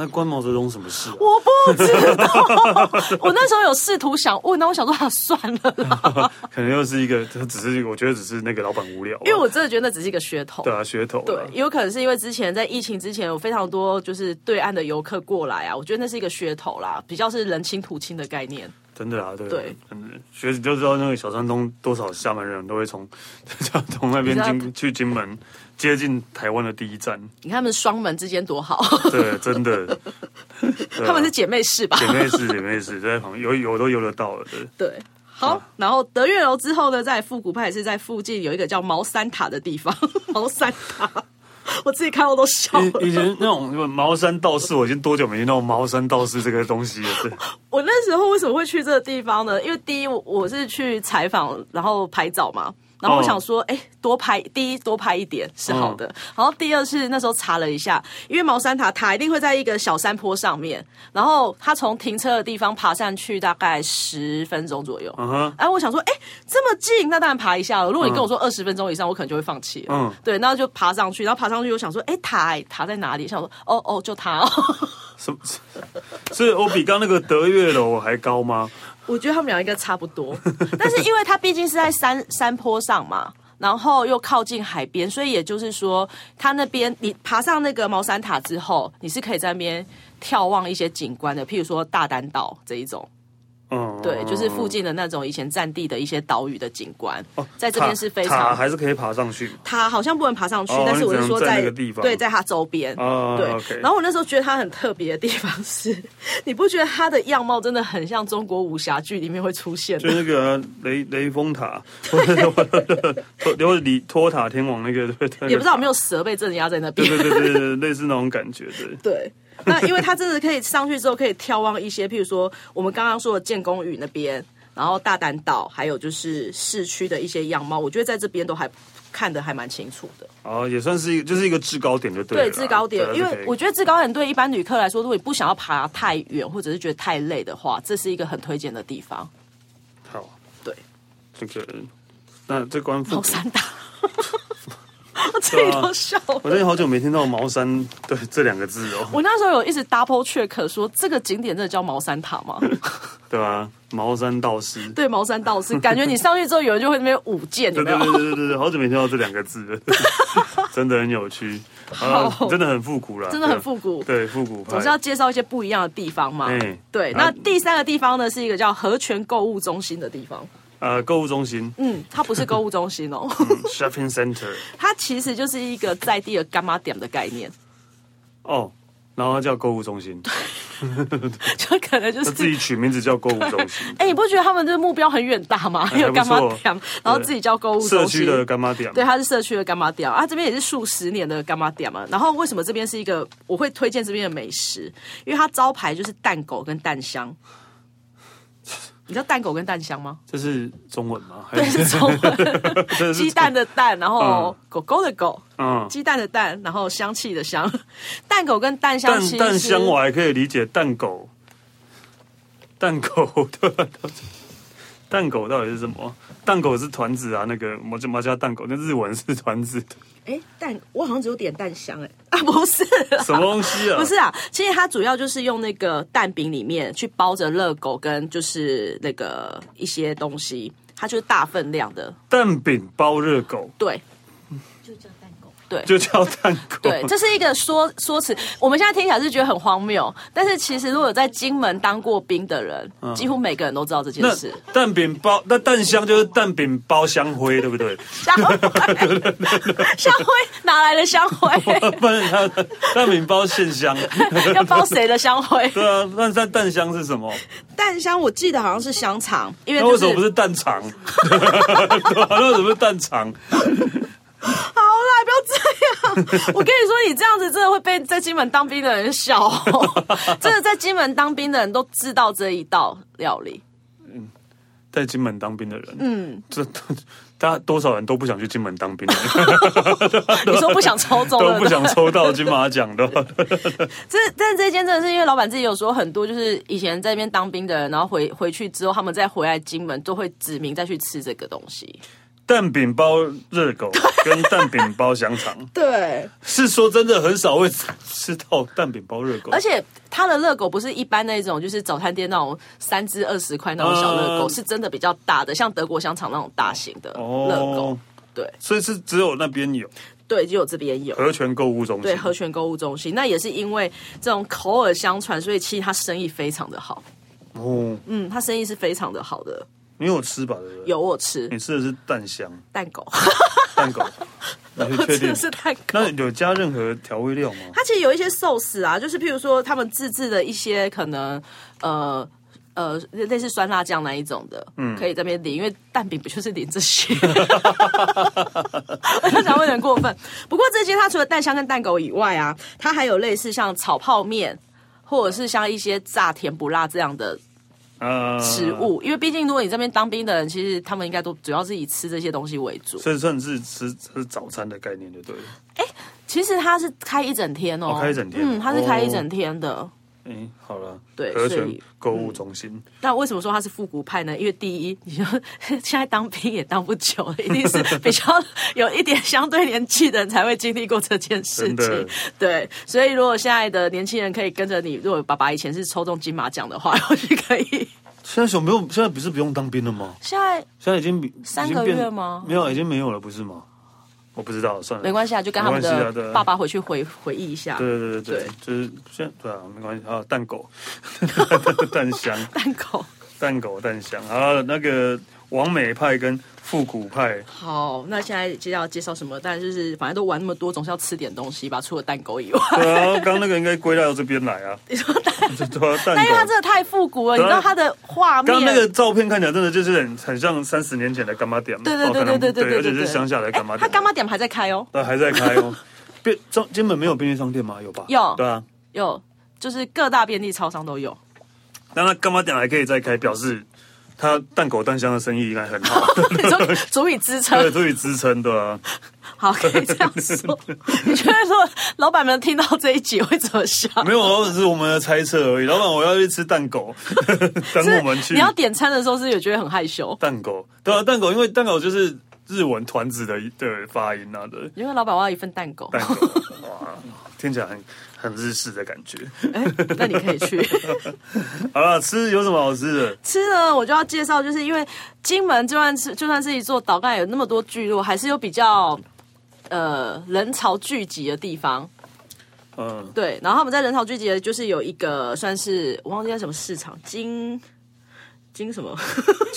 Speaker 1: 那关毛泽东什么事啊？
Speaker 2: 我不知道，我那时候有试图想问，那我想说啊，算了啦，
Speaker 1: [LAUGHS] 可能又是一个，这只是我觉得只是那个老板无聊啊，
Speaker 2: 因为我真的觉得那只是一个噱头
Speaker 1: 对。啊噱头啊，
Speaker 2: 对，也有可能是因为之前在疫情之前有非常多就是对岸的游客过来啊，我觉得那是一个噱头啦，比较是人亲土亲的概念。
Speaker 1: 真的啊，对
Speaker 2: 对
Speaker 1: 真的，学你就知道那个小山东多少厦门人都会从 [LAUGHS] 从那边
Speaker 2: 比
Speaker 1: 经去金门，接近台湾的第一站，
Speaker 2: 你看他们双门之间多好，
Speaker 1: 对，真的，对啊
Speaker 2: 他们是姐妹市吧？
Speaker 1: 姐妹市，姐妹市，在旁边游游都游得到了，对，
Speaker 2: 对。好，然后德月楼之后呢，在复古派也是在附近有一个叫毛三塔的地方， [LAUGHS] 毛三塔，我自己看到都笑了。
Speaker 1: 以以前那种茅山道士，我已经多久没听到茅山道士这个东西了？对，
Speaker 2: 我那时候为什么会去这个地方呢？因为第一，我我是去采访，然后拍照嘛。然后我想说，哎、多拍第一多拍一点是好的。然后第二是那时候查了一下，因为茅山塔塔一定会在一个小山坡上面，然后它从停车的地方爬上去大概十分钟左右。
Speaker 1: 嗯哼，
Speaker 2: 哎、我想说，哎、这么近，那当然爬一下了。如果你跟我说二十分钟以上，我可能就会放弃了。
Speaker 1: 嗯
Speaker 2: 嗯，对，然后就爬上去，然后爬上去，我想说，哎、塔、哎塔在哪里？想说，哦哦，就塔哦。
Speaker 1: 什么？所以我比刚那个德月楼还高吗？
Speaker 2: 我觉得他们俩应该差不多， [LAUGHS] 但是因为它毕竟是在山山坡上嘛，然后又靠近海边，所以也就是说，它那边你爬上那个茅山塔之后，你是可以在那边眺望一些景观的，譬如说大丹岛这一种，
Speaker 1: 嗯，
Speaker 2: 对，就是附近的那种以前占地的一些岛屿的景观，在这
Speaker 1: 哦塔
Speaker 2: 边是非
Speaker 1: 塔
Speaker 2: 常。
Speaker 1: 还是可以爬上去嘛？
Speaker 2: 它好像不能爬上去，
Speaker 1: 哦
Speaker 2: 但是我
Speaker 1: 你
Speaker 2: 是
Speaker 1: 只能
Speaker 2: 说
Speaker 1: 在
Speaker 2: 在
Speaker 1: 那个地方
Speaker 2: 对，在它周边。
Speaker 1: 啊，
Speaker 2: 对
Speaker 1: o k
Speaker 2: 然后我那时候觉得它很特别的地方是， [LAUGHS] 你不觉得它的样貌真的很像中国武侠剧里面会出现的
Speaker 1: 就？那个啊、雷雷峰塔，或者或者或者里托塔天王那个，对对
Speaker 2: 也不知道有没有蛇被镇压在那边
Speaker 1: 对。对对对对，类似那种感觉，对，
Speaker 2: [LAUGHS] 对，那因为它真的可以上去之后，可以眺望一些，譬如说我们刚刚说的建功屿那边，然后大丹岛，还有就是市区的一些样貌，我觉得在这边都还看得还蛮清楚的。
Speaker 1: 然后啊也算是一个，就是一个制高点就对了啦。
Speaker 2: 对，制高点，
Speaker 1: 对啊
Speaker 2: 因
Speaker 1: 就可
Speaker 2: 为
Speaker 1: 以
Speaker 2: 我觉得制高点对一般旅客来说，如果你不想要爬太远，或者是觉得太累的话，这是一个很推荐的地方。
Speaker 1: 好，
Speaker 2: 对，
Speaker 1: 这个那这关复
Speaker 2: 毛
Speaker 1: 古，
Speaker 2: 山大， [LAUGHS] 我自己
Speaker 1: 啊
Speaker 2: 都笑了。
Speaker 1: 我真的好久没听到茅山对这两个字哦，
Speaker 2: [LAUGHS] 我那时候有一直 double check 说这个景点真的叫茅山塔吗？
Speaker 1: 对啊，茅山道士，
Speaker 2: 对，茅山道士，感觉你上去之后，有人就会那边舞剑，有
Speaker 1: 对
Speaker 2: 没
Speaker 1: 对
Speaker 2: 有？ [LAUGHS]
Speaker 1: 对对对对，好久没听到这两个字了，真的很有趣，啊，真的很复古啦，
Speaker 2: 真的很复古。
Speaker 1: 对，对复古
Speaker 2: [LAUGHS] 总
Speaker 1: 派
Speaker 2: 是。要介绍一些不一样的地方嘛。
Speaker 1: 哎
Speaker 2: 对，
Speaker 1: 啊
Speaker 2: 那第三个地方呢，是一个叫和泉购物中心的地方。
Speaker 1: 呃，购物中心、
Speaker 2: 嗯，它不是购物中心哦， [LAUGHS]
Speaker 1: 嗯 shopping center
Speaker 2: 它其实就是一个在地的干妈点的概念，
Speaker 1: 哦，然后它叫购物中心，
Speaker 2: 就可能就
Speaker 1: 他
Speaker 2: 是
Speaker 1: 自己取名字叫购物中心，
Speaker 2: 哎、你不觉得他们这目标很远大吗？
Speaker 1: 哎还
Speaker 2: 有
Speaker 1: 不
Speaker 2: 干妈
Speaker 1: 错
Speaker 2: 店，然后自己叫购物
Speaker 1: 社
Speaker 2: 中
Speaker 1: 区
Speaker 2: 心。
Speaker 1: 的干妈店，
Speaker 2: 对，它是社区的干妈店啊，这边也是数十年的干妈店嘛。然后为什么这边是一个我会推荐这边的美食？因为它招牌就是蛋狗跟蛋香。你知道蛋狗跟蛋香吗？
Speaker 1: 这是中文吗？
Speaker 2: 对，是中文，
Speaker 1: [LAUGHS] 这是
Speaker 2: 鸡蛋的蛋，然后
Speaker 1: 嗯
Speaker 2: 狗狗的狗，
Speaker 1: 嗯，
Speaker 2: 鸡蛋的蛋，然后香气的香，蛋狗跟蛋香其
Speaker 1: 蛋
Speaker 2: 实
Speaker 1: 蛋香我还可以理解，蛋狗，蛋狗 [LAUGHS] 对吧？蛋狗到底是什么？蛋狗是团子啊，那个麻麻家蛋狗，那日文是团子，
Speaker 2: 哎蛋，我好像只有点蛋香哎啊不是啦
Speaker 1: 什么东西啊？
Speaker 2: [LAUGHS] 不是啊，其实它主要就是用那个蛋饼里面去包着热狗跟就是那个一些东西，它就是大分量的，
Speaker 1: 蛋饼包热狗，
Speaker 2: 对
Speaker 3: 就叫蛋狗。
Speaker 1: 就叫蛋狗。
Speaker 2: 对，这是一个说说辞。我们现在听起来是觉得很荒谬，但是其实如果有在金门当过兵的人，几乎每个人都知道这件
Speaker 1: 那
Speaker 2: [LAUGHS] 事。
Speaker 1: 蛋饼包，那蛋香就是蛋饼包香灰，对不 [LAUGHS] 对？
Speaker 2: 香灰， [LAUGHS] 香灰哪来的香灰？ [LAUGHS]
Speaker 1: 啊不然它蛋饼包线香，
Speaker 2: 要包谁的香灰？
Speaker 1: 对啊。那蛋蛋香是
Speaker 2: [LAUGHS]
Speaker 1: 什么？
Speaker 2: 蛋香我记得好像是香肠，因为
Speaker 1: 那为
Speaker 2: 就
Speaker 1: 什么不
Speaker 2: 是
Speaker 1: 是蛋肠？ [LAUGHS] 对啊，那为什么不是蛋肠？
Speaker 2: 好啦，不要这样！ [LAUGHS] 我跟你说，你这样子真的会被在金门当兵的人笑、 [LAUGHS] 哦。真的在金门当兵的人都知道这一道料理。
Speaker 1: 在金门当兵的人，嗯，这 [LAUGHS] 大家多少人都不想去金门当
Speaker 2: [LAUGHS]
Speaker 1: 兵，
Speaker 2: 你说不想抽中
Speaker 1: 都
Speaker 2: 的，
Speaker 1: 不想抽到金马奖的。
Speaker 2: [LAUGHS] 这但这间真的是因为老板自己有说很多，就是以前在那边当兵的人，然后回回去之后，他们再回来金门都会指名再去吃这个东西。
Speaker 1: 蛋饼包热狗跟蛋饼包香
Speaker 2: [LAUGHS]
Speaker 1: 肠，
Speaker 2: 对，
Speaker 1: 是说真的很少会吃到蛋饼包热狗，
Speaker 2: 而且它的热狗不是一般那种，就是早餐店那种三只二十块那种小热狗，
Speaker 1: 嗯
Speaker 2: 是真的比较大的，像德国香肠那种大型的热狗。
Speaker 1: 哦，
Speaker 2: 对
Speaker 1: 所以是只有那边有
Speaker 2: 对，就有这边有。
Speaker 1: 和泉购物中
Speaker 2: 对
Speaker 1: 心。
Speaker 2: 和泉购物中心，那也是因为这种口耳相传，所以其实他生意非常的好。
Speaker 1: 哦，
Speaker 2: 嗯，他生意是非常的好的。
Speaker 1: 你有吃吧？对不对？
Speaker 2: 有我吃
Speaker 1: 你吃的是蛋香
Speaker 2: 蛋狗，
Speaker 1: 蛋
Speaker 2: [LAUGHS]
Speaker 1: 狗，你
Speaker 2: 我
Speaker 1: 确
Speaker 2: [LAUGHS] 吃
Speaker 1: 定
Speaker 2: 的？是蛋狗。
Speaker 1: 那有加任何调味料吗？
Speaker 2: 它其实有一些寿司啊，就是譬如说他们自制的一些可能呃呃类似酸辣酱那一种的，
Speaker 1: 嗯
Speaker 2: 可以在那边淋，因为蛋饼不就是淋这些？ [LAUGHS] 我想会有点过分。不过这些它除了蛋香跟蛋狗以外啊，它还有类似像炒泡面，或者是像一些炸甜不辣这样的
Speaker 1: 啊，
Speaker 2: 食物，因为毕竟如果你这边当兵的人，其实他们应该都主要是以吃这些东西为主。
Speaker 1: 所以算是吃吃早餐的概念就对了。
Speaker 2: 其实它是开一整天哦，
Speaker 1: 哦开一整天哦
Speaker 2: 嗯，它是开一整天的。
Speaker 1: 哎，好了，
Speaker 2: 对
Speaker 1: 和
Speaker 2: 所
Speaker 1: 泉
Speaker 2: 以
Speaker 1: 购物中心，
Speaker 2: 那为什么说他是复古派呢？因为第一，你就现在当兵也当不久了，一定是比较有一点相对年纪的人才会经历过这件事
Speaker 1: 真的
Speaker 2: 情。对，所以如果现在的年轻人可以跟着你，如果爸爸以前是抽中金马奖的话，或许可以。
Speaker 1: 现在熊不用，现在不是不用当兵了吗？
Speaker 2: 现在
Speaker 1: 现在已经
Speaker 2: 三
Speaker 1: 已经
Speaker 2: 个
Speaker 1: 变
Speaker 2: 月吗
Speaker 1: 没有，已经没有了，不是吗？我不知道，算了，
Speaker 2: 没关系啊，就跟他们
Speaker 1: 没关系啊对
Speaker 2: 的
Speaker 1: 啊
Speaker 2: 爸爸回去回回忆一下。
Speaker 1: 对对对对，
Speaker 2: 对
Speaker 1: 就是现在对啊，没关系啊，蛋狗， [LAUGHS] 蛋香，
Speaker 2: 蛋狗。
Speaker 1: 蛋狗蛋香，啊，那个王美派跟复古派，
Speaker 2: 好，那现在接下来介绍什么？但就是反正都玩那么多，总是要吃点东西吧，除了蛋狗以外。
Speaker 1: 对啊，刚刚那个应该归到这边来啊，
Speaker 2: 你说蛋，
Speaker 1: 对啊，蛋
Speaker 2: 但因为它
Speaker 1: 狗
Speaker 2: 真。的太复古了，你知道它的画面。
Speaker 1: 刚刚那个照片看起来真的就是很很像三十年前的干妈店，
Speaker 2: 对对对
Speaker 1: 哦可能
Speaker 2: 对对对
Speaker 1: 而且
Speaker 2: 对哎
Speaker 1: 是乡下的干妈
Speaker 2: 他
Speaker 1: 店，
Speaker 2: 干妈点还在开哦，
Speaker 1: 对还在开哦。便中金门没有便利商店吗？有吧？
Speaker 2: 有
Speaker 1: 对啊，
Speaker 2: 有，就是各大便利超商都有。 [LAUGHS]
Speaker 1: 那那干妈店还可以再开，表示他蛋狗蛋香的生意应该很
Speaker 2: [LAUGHS]
Speaker 1: 好，
Speaker 2: 你说
Speaker 1: [LAUGHS]
Speaker 2: 足以
Speaker 1: 对，
Speaker 2: 支撑，
Speaker 1: 足以支撑，对啊。
Speaker 2: [LAUGHS] 好，可以这样
Speaker 1: [LAUGHS]
Speaker 2: 说。你觉得说老板们听到这一集会怎么想？
Speaker 1: 没有，老板是我们的猜测而已。老板，我要去吃蛋
Speaker 2: [LAUGHS]
Speaker 1: 狗，等我们
Speaker 2: 是
Speaker 1: 去
Speaker 2: 你要点餐的时候，是不是有觉得很害羞？
Speaker 1: 蛋狗。对啊，蛋狗，因为蛋狗就是日文团子的的发音啊，对，
Speaker 2: 因为老板我要一份蛋狗，
Speaker 1: 蛋狗，
Speaker 2: [LAUGHS]
Speaker 1: 哇，听起来很很日式的感觉。
Speaker 2: 哎，那你可以去 [LAUGHS]
Speaker 1: 好了，吃有什么好吃的？
Speaker 2: 吃呢。我就要介绍，就是因为金门就算是就算是一座岛，刚才有那么多聚落，还是有比较呃人潮聚集的地方，
Speaker 1: 嗯，
Speaker 2: 对，然后他们在人潮聚集的就是有一个算是我忘记在什么市场，金金什么 [LAUGHS]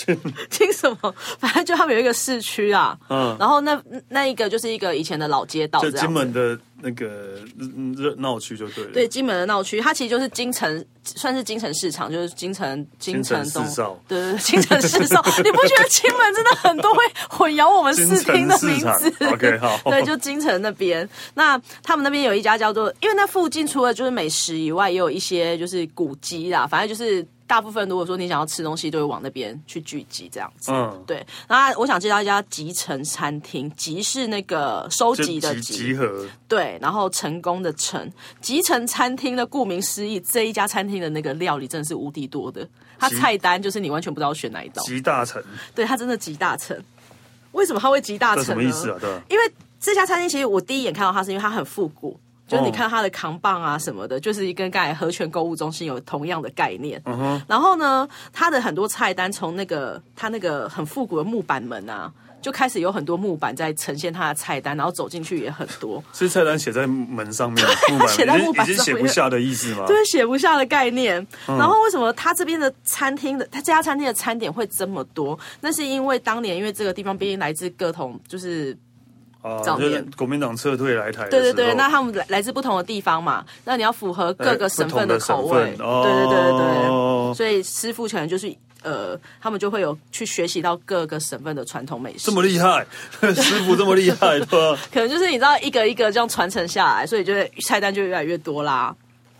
Speaker 2: 金什么，反正就他们有一个市区啊，
Speaker 1: 嗯
Speaker 2: 然后那那一个就是一个以前的老街道
Speaker 1: 就
Speaker 2: 这
Speaker 1: 金
Speaker 2: 样子。
Speaker 1: 门的那个嗯热闹区就对了。
Speaker 2: 对，金门的闹区，它其实就是京城，算是京城市场，就是京城京城
Speaker 1: 京城
Speaker 2: 东
Speaker 1: 四少，
Speaker 2: 对对对，京城
Speaker 1: [LAUGHS]
Speaker 2: 市少，你不觉得金门真的很多会混淆我们
Speaker 1: 京
Speaker 2: 视听
Speaker 1: 城
Speaker 2: 的
Speaker 1: 市
Speaker 2: 名
Speaker 1: 场
Speaker 2: 字
Speaker 1: OK，好
Speaker 2: [LAUGHS] 对，就京城那边。那他们那边有一家叫做，因为那附近除了就是美食以外，也有一些就是古迹啦，反正就是大部分如果说你想要吃东西，都会往那边去聚集这样子。
Speaker 1: 嗯，
Speaker 2: 对，那我想介绍一家集成餐厅，集是那个收
Speaker 1: 就
Speaker 2: 集哦的
Speaker 1: 集集合，
Speaker 2: 对，然后成功的成集成餐厅的，顾名思义，这一家餐厅的那个料理真的是无敌多的，它
Speaker 1: 集
Speaker 2: 菜单就是你完全不知道选哪一道，
Speaker 1: 集大成，
Speaker 2: 对，它真的集大成。为什么它会集大
Speaker 1: 这什
Speaker 2: 成？
Speaker 1: 么意思啊？？对吧？
Speaker 2: 因为这家餐厅其实我第一眼看到它是因为它很复古，就是
Speaker 1: 哦
Speaker 2: 你看它的扛棒啊什么的，就是跟刚才和泉购物中心有同样的概念。
Speaker 1: 嗯
Speaker 2: 然后呢，它的很多菜单从那个它那个很复古的木板门啊。就开始有很多木板在呈现它的菜单，然后走进去也很多，
Speaker 1: 是菜单写在门上
Speaker 2: [LAUGHS]
Speaker 1: 面，木板
Speaker 2: 写在木板
Speaker 1: 已经已经
Speaker 2: 上
Speaker 1: 写
Speaker 2: 面
Speaker 1: 不下的意思吗？
Speaker 2: 对，写不下的概念。
Speaker 1: 嗯
Speaker 2: 然后为什么他这边的餐厅的他这家餐厅的餐点会这么多？那是因为当年因为这个地方毕竟来自各同，就是
Speaker 1: 啊，
Speaker 2: 早
Speaker 1: 就是
Speaker 2: 年
Speaker 1: 国民党撤退来台的
Speaker 2: 对对
Speaker 1: 时
Speaker 2: 对，
Speaker 1: 候哎
Speaker 2: 那他们来来自不同的地方嘛，那你要符合各个省份
Speaker 1: 的
Speaker 2: 口味。对对对对对，
Speaker 1: 哦
Speaker 2: 所以师傅可能就是。呃，他们就会有去学习到各个省份的传统美食，
Speaker 1: 这么厉害， [LAUGHS] 师傅这么厉害，对吧？
Speaker 2: 可能就是你知道一个一个这样传承下来，所以就会菜单就越来越多啦。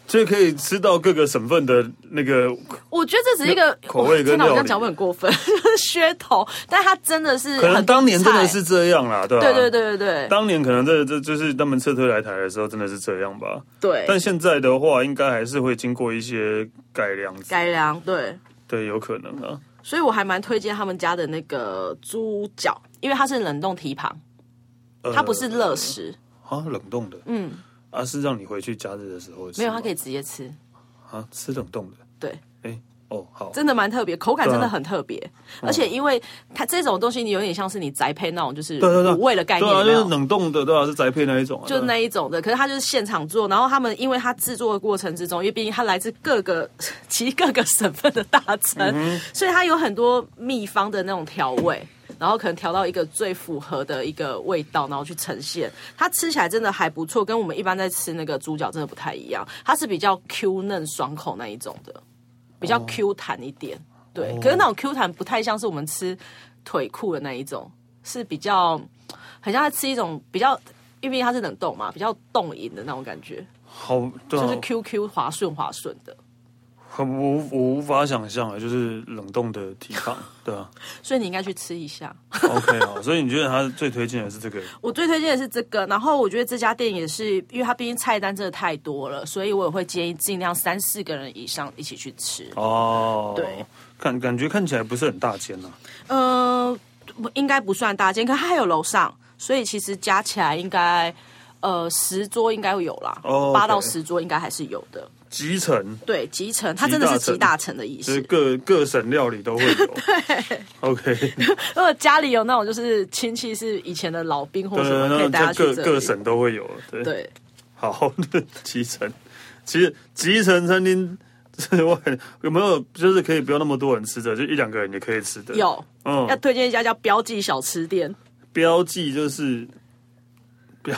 Speaker 1: 所以可以吃到各个省份的那个
Speaker 2: 我觉得这只是一个
Speaker 1: 口味跟
Speaker 2: 真的，我这
Speaker 1: 料
Speaker 2: 样
Speaker 1: 理
Speaker 2: 讲会很过分， [LAUGHS] 就是噱头，但它真的是
Speaker 1: 可能
Speaker 2: 很多
Speaker 1: 当年真的
Speaker 2: 菜
Speaker 1: 是这样啊啦，对吧？
Speaker 2: 对对。对对对
Speaker 1: 当年可能这这就是他们撤退来台的时候，真的是这样吧。
Speaker 2: 对，
Speaker 1: 但现在的话，应该还是会经过一些改良，
Speaker 2: 改良对，
Speaker 1: 对，有可能啊。
Speaker 2: 所以我还蛮推荐他们家的那个猪脚，因为它是冷冻蹄膀，
Speaker 1: 呃
Speaker 2: 它不是热食，
Speaker 1: 啊，冷冻的，嗯，啊，是让你回去假日的时候吃
Speaker 2: 没
Speaker 1: 吗，
Speaker 2: 有，它可以直接吃，
Speaker 1: 啊，吃冷冻的，
Speaker 2: 对。
Speaker 1: 哎，哦，好，
Speaker 2: 真的蛮特别，口感
Speaker 1: 对啊嗯
Speaker 2: 真的很特别，而且因为它这种东西，你有点像是你宅配那种，就是
Speaker 1: 对对对，
Speaker 2: 卤味的概念，
Speaker 1: 对啊，
Speaker 2: 有没
Speaker 1: 就
Speaker 2: 有
Speaker 1: 是冷冻的，对啊，是宅配那一种啊，
Speaker 2: 就
Speaker 1: 对啊
Speaker 2: 那一种的，可是它就是现场做，然后他们因为它制作的过程之中，因为毕竟它来自各个 [LAUGHS] 其实各个省份的大餐，所以它有很多秘方的那种调味，然后可能调到一个最符合的一个味道，然后去呈现。它吃起来真的还不错，跟我们一般在吃那个猪脚真的不太一样，它是比较 Q 嫩爽口那一种的，比较 Q 弹一点。对，可是那种 Q 弹不太像是我们吃腿裤的那一种，是比较很像在吃一种比较，因为它是冷冻嘛，比较冻饮的那种感觉，
Speaker 1: 好，对啊
Speaker 2: 就是 QQ 滑顺滑顺的。
Speaker 1: 很无我无法想象啊，就是冷冻的提
Speaker 2: [LAUGHS]
Speaker 1: 抗，对啊
Speaker 2: 所以你应该去吃一下。 [LAUGHS]
Speaker 1: ，OK 好，所以你觉得他最推荐的是这个，
Speaker 2: 我最推荐的是这个，然后我觉得这家店也是，因为它毕竟菜单真的太多了，所以我也会建议尽量三四个人以上一起去吃。
Speaker 1: 哦，
Speaker 2: 对，
Speaker 1: 看感觉看起来不是很大间呐、啊，
Speaker 2: 呃，不应该不算大间，可它还有楼上，所以其实加起来应该呃十桌应该会有啦，八、
Speaker 1: 哦，OK
Speaker 2: 到十桌应该还是有的。
Speaker 1: 集成
Speaker 2: 对，集成它真的是
Speaker 1: 集
Speaker 2: 集
Speaker 1: 大
Speaker 2: 大成的意
Speaker 1: 就是
Speaker 2: 思。
Speaker 1: 各各省料理都会
Speaker 2: [LAUGHS]
Speaker 1: 有，OK，
Speaker 2: 如果家里有那种就是亲戚是以前的老兵或什么， [LAUGHS] 可以
Speaker 1: 对，
Speaker 2: 带他
Speaker 1: 那
Speaker 2: 去
Speaker 1: 各
Speaker 2: 这里。
Speaker 1: 各省都会有，对，
Speaker 2: 对，
Speaker 1: 好，集成，其实集成餐厅 [LAUGHS] 之外有没有就是可以不要那么多人吃的，就一两个人也可以吃的，，
Speaker 2: 有
Speaker 1: 嗯
Speaker 2: 要，推荐一家叫标记小吃店。 [LAUGHS]
Speaker 1: 标记就是标。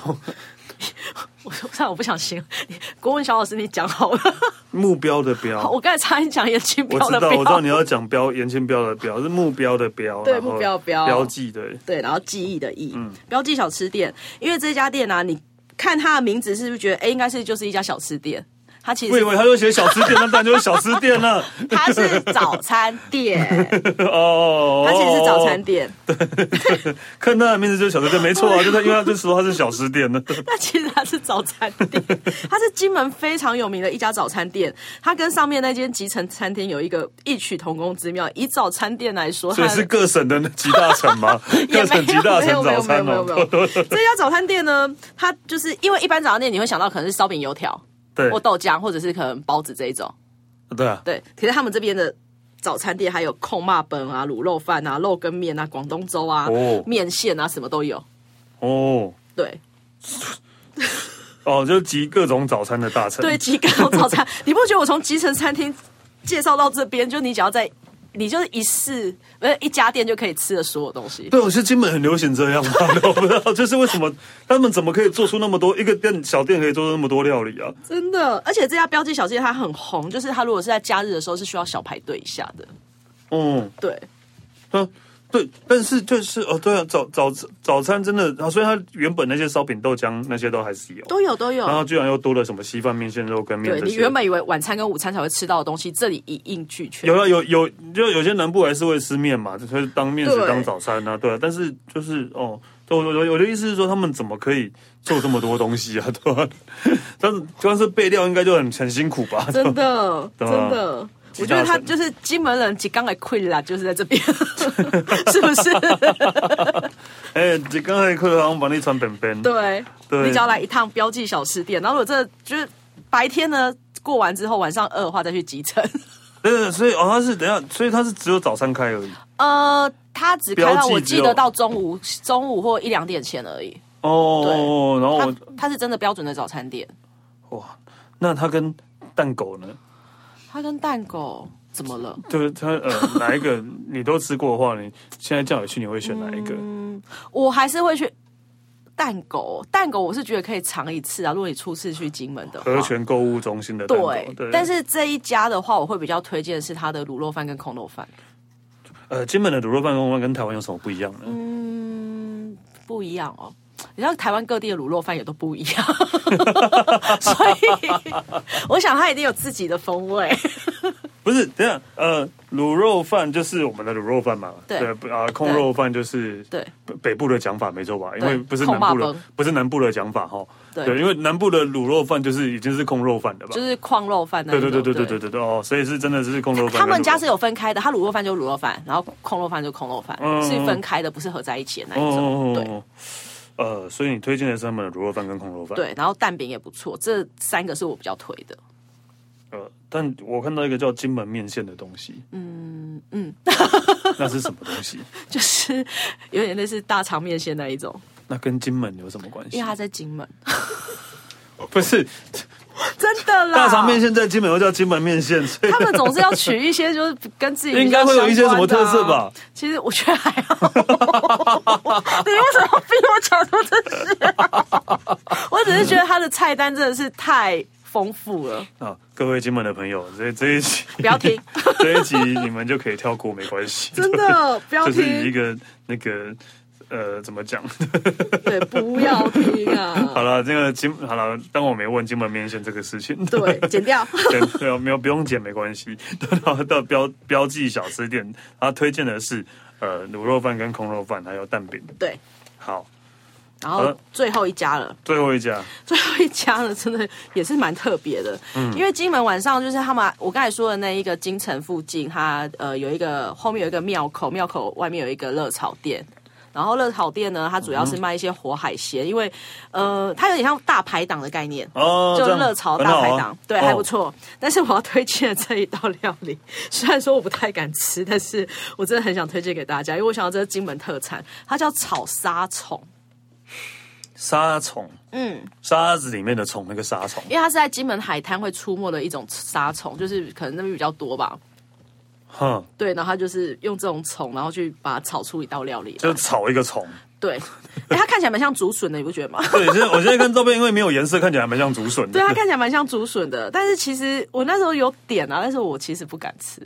Speaker 2: 我说，但我不想行。你 [LAUGHS] 国文小老师，你讲好了。 [LAUGHS]
Speaker 1: 目标的标，
Speaker 2: 我刚才差点讲言情
Speaker 1: 我
Speaker 2: 标
Speaker 1: 知
Speaker 2: 的
Speaker 1: 道，我知道你
Speaker 2: 标，
Speaker 1: 要讲标，严清标的标是目标的标，
Speaker 2: 对
Speaker 1: 然后
Speaker 2: 目标标
Speaker 1: 标记对，
Speaker 2: 对，然后记忆的忆，
Speaker 1: 嗯
Speaker 2: 标记小吃店。因为这家店啊，你看它的名字是不是觉得，哎，应该是就是一家小吃店？它其
Speaker 1: 我以
Speaker 2: 实
Speaker 1: 为他就写小吃店，那当然就是小吃店了。
Speaker 2: [LAUGHS] 它是早餐店，
Speaker 1: [LAUGHS] 哦，
Speaker 2: 它其实是早餐店。
Speaker 1: 看他的名字就是小吃店，没错啊，
Speaker 2: [LAUGHS]
Speaker 1: 就是因为他就说他是小吃店呢。
Speaker 2: 那其实它是早餐店， [LAUGHS] 它是金门非常有名的一家早餐店。它跟上面那间集成餐厅有一个异曲同工之妙。以早餐店来说，
Speaker 1: 所以
Speaker 2: 它
Speaker 1: 是各省的集大成吗？
Speaker 2: [LAUGHS] 也
Speaker 1: 各省集大成早餐
Speaker 2: 没有没有没有没有
Speaker 1: [LAUGHS] 哦。
Speaker 2: 没有。这家早餐店呢，它就是因为一般早餐店你会想到可能是烧饼、油条
Speaker 1: 对
Speaker 2: 或豆浆，或者是可能包子这一种。
Speaker 1: 对啊，
Speaker 2: 对，可是他们这边的早餐店还有控骂本啊、卤肉饭啊、肉羹面啊、广东粥啊、
Speaker 1: 哦
Speaker 2: 面线啊，什么都有。
Speaker 1: 哦，
Speaker 2: 对
Speaker 1: 哦，就集各种早餐的大成。
Speaker 2: 对，极高早餐，你不觉得我从集成餐厅介绍到这边，就你只要在，你就是一试，不是一家店就可以吃的所有东西。
Speaker 1: 对，我觉得金门很流行这样嘛， [LAUGHS] 我不知道，就是为什么他们怎么可以做出那么多一个店小店可以做出那么多料理啊？
Speaker 2: 真的，而且这家标记小街它很红，就是它如果是在假日的时候是需要小排队一下的。
Speaker 1: 嗯，
Speaker 2: 对，
Speaker 1: 啊，对，但是就是哦，对啊，早早早餐真的，啊，所以它原本那些烧饼、豆浆那些都还是有，
Speaker 2: 都有都
Speaker 1: 然后
Speaker 2: 有。
Speaker 1: 居然又多了什么稀饭、面线、肉羹面
Speaker 2: 啊对
Speaker 1: 这
Speaker 2: 你
Speaker 1: 些。
Speaker 2: 原本以为晚餐跟午餐才会吃到的东西，这里一应俱全。
Speaker 1: 有了有有，就有些南部还是会吃面嘛，就是当面食
Speaker 2: 对
Speaker 1: 当早餐啊，对啊。但是就是哦，我我我的意思是说，他们怎么可以做这么多东西啊？ [LAUGHS] 对吧、但是光是备料应该就很很辛苦吧？
Speaker 2: 真的，
Speaker 1: 对
Speaker 2: 真
Speaker 1: 啊
Speaker 2: 的。我觉得他就是金门人，几刚来困啦，就是在
Speaker 1: [LAUGHS]
Speaker 2: 这边，是不是？
Speaker 1: [LAUGHS] 哎，你刚才课堂帮你穿本本，
Speaker 2: 对，
Speaker 1: 对
Speaker 2: 你只要来一趟标记小吃店，然后我这就是白天呢过完之后，晚上饿的话再去集
Speaker 1: [LAUGHS]
Speaker 2: 成。
Speaker 1: 对对，所以哦，他是等一下，所以他是只有早餐开而已。
Speaker 2: 呃，他只开
Speaker 1: 标
Speaker 2: 到
Speaker 1: 记
Speaker 2: 我
Speaker 1: 只
Speaker 2: 记
Speaker 1: 有
Speaker 2: 得到中午中午或一两点前而已。
Speaker 1: 哦，然后
Speaker 2: 他
Speaker 1: 我
Speaker 2: 他是真的标准的早餐店，
Speaker 1: 哇，那他跟蛋狗呢？
Speaker 2: 他跟蛋狗怎么了？
Speaker 1: 就是他呃，哪一个你都吃过的话，你现在叫你去，你会选哪一
Speaker 2: [LAUGHS]
Speaker 1: 个？
Speaker 2: 嗯我还是会去蛋狗，蛋狗我是觉得可以尝一次啊。如果你初次去金门的话，
Speaker 1: 和泉购物中心的蛋狗，
Speaker 2: 对，但是这一家的话，我会比较推荐是它的卤肉饭跟空肉饭。
Speaker 1: 呃，金门的卤肉饭跟跟台湾有什么不一样呢？
Speaker 2: 嗯，不一样哦。你知道台湾各地的卤肉饭也都不
Speaker 1: [LAUGHS]
Speaker 2: 一样，所以我想它一定有自己的风
Speaker 1: [LAUGHS]
Speaker 2: 味。
Speaker 1: 不是，等一下，呃，卤肉饭就是我们的卤肉饭嘛，
Speaker 2: 对
Speaker 1: 不啊、空肉饭就是
Speaker 2: 对
Speaker 1: 北北部的讲法没错吧？因为
Speaker 2: 对
Speaker 1: 不是南部
Speaker 2: 空肉
Speaker 1: 的
Speaker 2: 饭，
Speaker 1: 不是南部的讲法哈。
Speaker 2: 对
Speaker 1: 因为南部的卤肉饭就是已经是空肉饭的吧？
Speaker 2: 就是矿肉饭那
Speaker 1: 对
Speaker 2: 种。
Speaker 1: 对对对对对对对哦，所以是真的是空肉饭。
Speaker 2: 他们家是。有分开的，它卤肉饭就是卤肉饭，然后空肉饭就是空肉饭，
Speaker 1: 嗯
Speaker 2: 是分开的，不是合在一起的那一种。对
Speaker 1: 哦，呃，所以你推荐的是他们的卤肉饭跟空肉饭。，
Speaker 2: 对，然后蛋饼也不错，这三个是我比较推的。
Speaker 1: 呃，但我看到一个叫金门面线的东西，嗯嗯，那是什么东西？
Speaker 2: 就是有点类似大肠面线那一种，
Speaker 1: 那跟金门有什么关
Speaker 2: 因
Speaker 1: 系
Speaker 2: 为？它在金
Speaker 1: [LAUGHS]
Speaker 2: 门，
Speaker 1: 不是
Speaker 2: 真的啦。
Speaker 1: 大肠面线在金门又叫金门面线，所以
Speaker 2: [LAUGHS] 他们总是要取一些就是跟自己比较
Speaker 1: 应该会有一些什么特色
Speaker 2: 相关的
Speaker 1: 吧
Speaker 2: 啊。其实我觉得还好。你为什么逼我讲出这些、我只是觉得他的菜单真的是太丰富了，
Speaker 1: 啊，各位金门的朋友，这这一集
Speaker 2: 不要听，
Speaker 1: [LAUGHS] 这一集你们就可以跳过，没关
Speaker 2: [LAUGHS]
Speaker 1: 系。
Speaker 2: 真的不要
Speaker 1: 就是以一
Speaker 2: 听，嗯
Speaker 1: 个那个呃，怎么讲？
Speaker 2: 对，不要听
Speaker 1: [LAUGHS] 好
Speaker 2: 啊，
Speaker 1: 了，这个金好了，当我没问金门面线这个事情。
Speaker 2: 对，剪掉。
Speaker 1: [LAUGHS] 对对啊，没有不用剪没关系。 [LAUGHS] 到到标标记小吃店，他推荐的是呃卤肉饭跟空肉饭，还有蛋饼。
Speaker 2: 对，
Speaker 1: 好，
Speaker 2: 然
Speaker 1: 好
Speaker 2: 后
Speaker 1: 的
Speaker 2: 最后一家了。
Speaker 1: 最后一家
Speaker 2: [LAUGHS] 最后一家呢，真的也是蛮特别的，
Speaker 1: 嗯
Speaker 2: 因为金门晚上就是他们我刚才说的那一个金城附近，它呃有一个后面有一个庙口，庙口外面有一个热炒店。然后热炒店呢，它主要是卖一些活海鲜，因为呃，它有点像大排档的概念，
Speaker 1: 哦，
Speaker 2: 就
Speaker 1: 这样
Speaker 2: 热炒
Speaker 1: 很
Speaker 2: 大
Speaker 1: 好啊
Speaker 2: 排档，对，
Speaker 1: 哦
Speaker 2: 还不错。但是我要推荐的这一道料理， [LAUGHS] 虽然说我不太敢吃，但是我真的很想推荐给大家，因为我想到这是金门特产，它叫炒沙虫。
Speaker 1: 沙虫，
Speaker 2: 嗯，
Speaker 1: 沙子里面的虫，那个沙虫。
Speaker 2: 因为它是在金门海滩会出没的一种沙虫，就是可能那边比较多吧。
Speaker 1: 哼，
Speaker 2: 对，然后它就是用这种虫，然后去把它炒出一道料理。
Speaker 1: 就炒一个虫。
Speaker 2: 对，哎，它看起来蛮像竹笋的，你不觉得吗？
Speaker 1: 对，
Speaker 2: [LAUGHS]
Speaker 1: 现在我现在看照片，因为没有颜色，看起来还蛮像竹笋的
Speaker 2: 对，。啊它看起来蛮像竹笋的，但是其实我那时候有点啊，但是我其实不敢吃。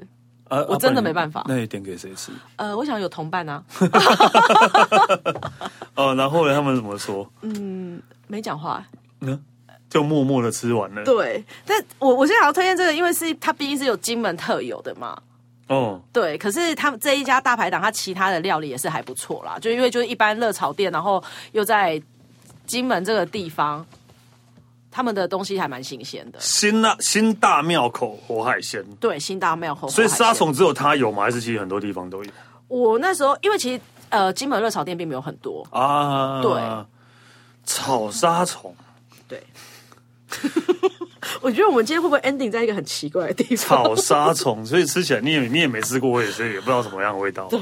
Speaker 1: 啊
Speaker 2: 我真
Speaker 1: 啊不
Speaker 2: 的
Speaker 1: 然你
Speaker 2: 没办法
Speaker 1: 那你点给谁吃？
Speaker 2: 呃，我想有同伴啊，
Speaker 1: 哦，然后呢，他们怎么说？
Speaker 2: 没讲话。
Speaker 1: 嗯，就默默的吃完了。
Speaker 2: 对，但我我现在想要推荐这个，因为是它毕竟是有金门特有的嘛。
Speaker 1: 哦，
Speaker 2: 对，可是他们这一家大排档，它其他的料理也是还不错啦，就因为就是一般热炒店，然后又在金门这个地方，他们的东西还蛮新鲜的。
Speaker 1: 新大新大庙口活海鲜，
Speaker 2: 对，新大庙口，
Speaker 1: 所以沙
Speaker 2: 沙
Speaker 1: 虫只有它有吗？还是其实很多地方都有
Speaker 2: 我那时候因为其实呃，金门热炒店并没有很多，
Speaker 1: 啊？
Speaker 2: 对，
Speaker 1: [LAUGHS] 炒沙虫。
Speaker 2: 对，我觉得我们今天会不会 ending 在一个很奇怪的地方？
Speaker 1: [LAUGHS] 草沙虫，所以吃起来你也你也没吃过，我也是也不知道什么样的味道。对，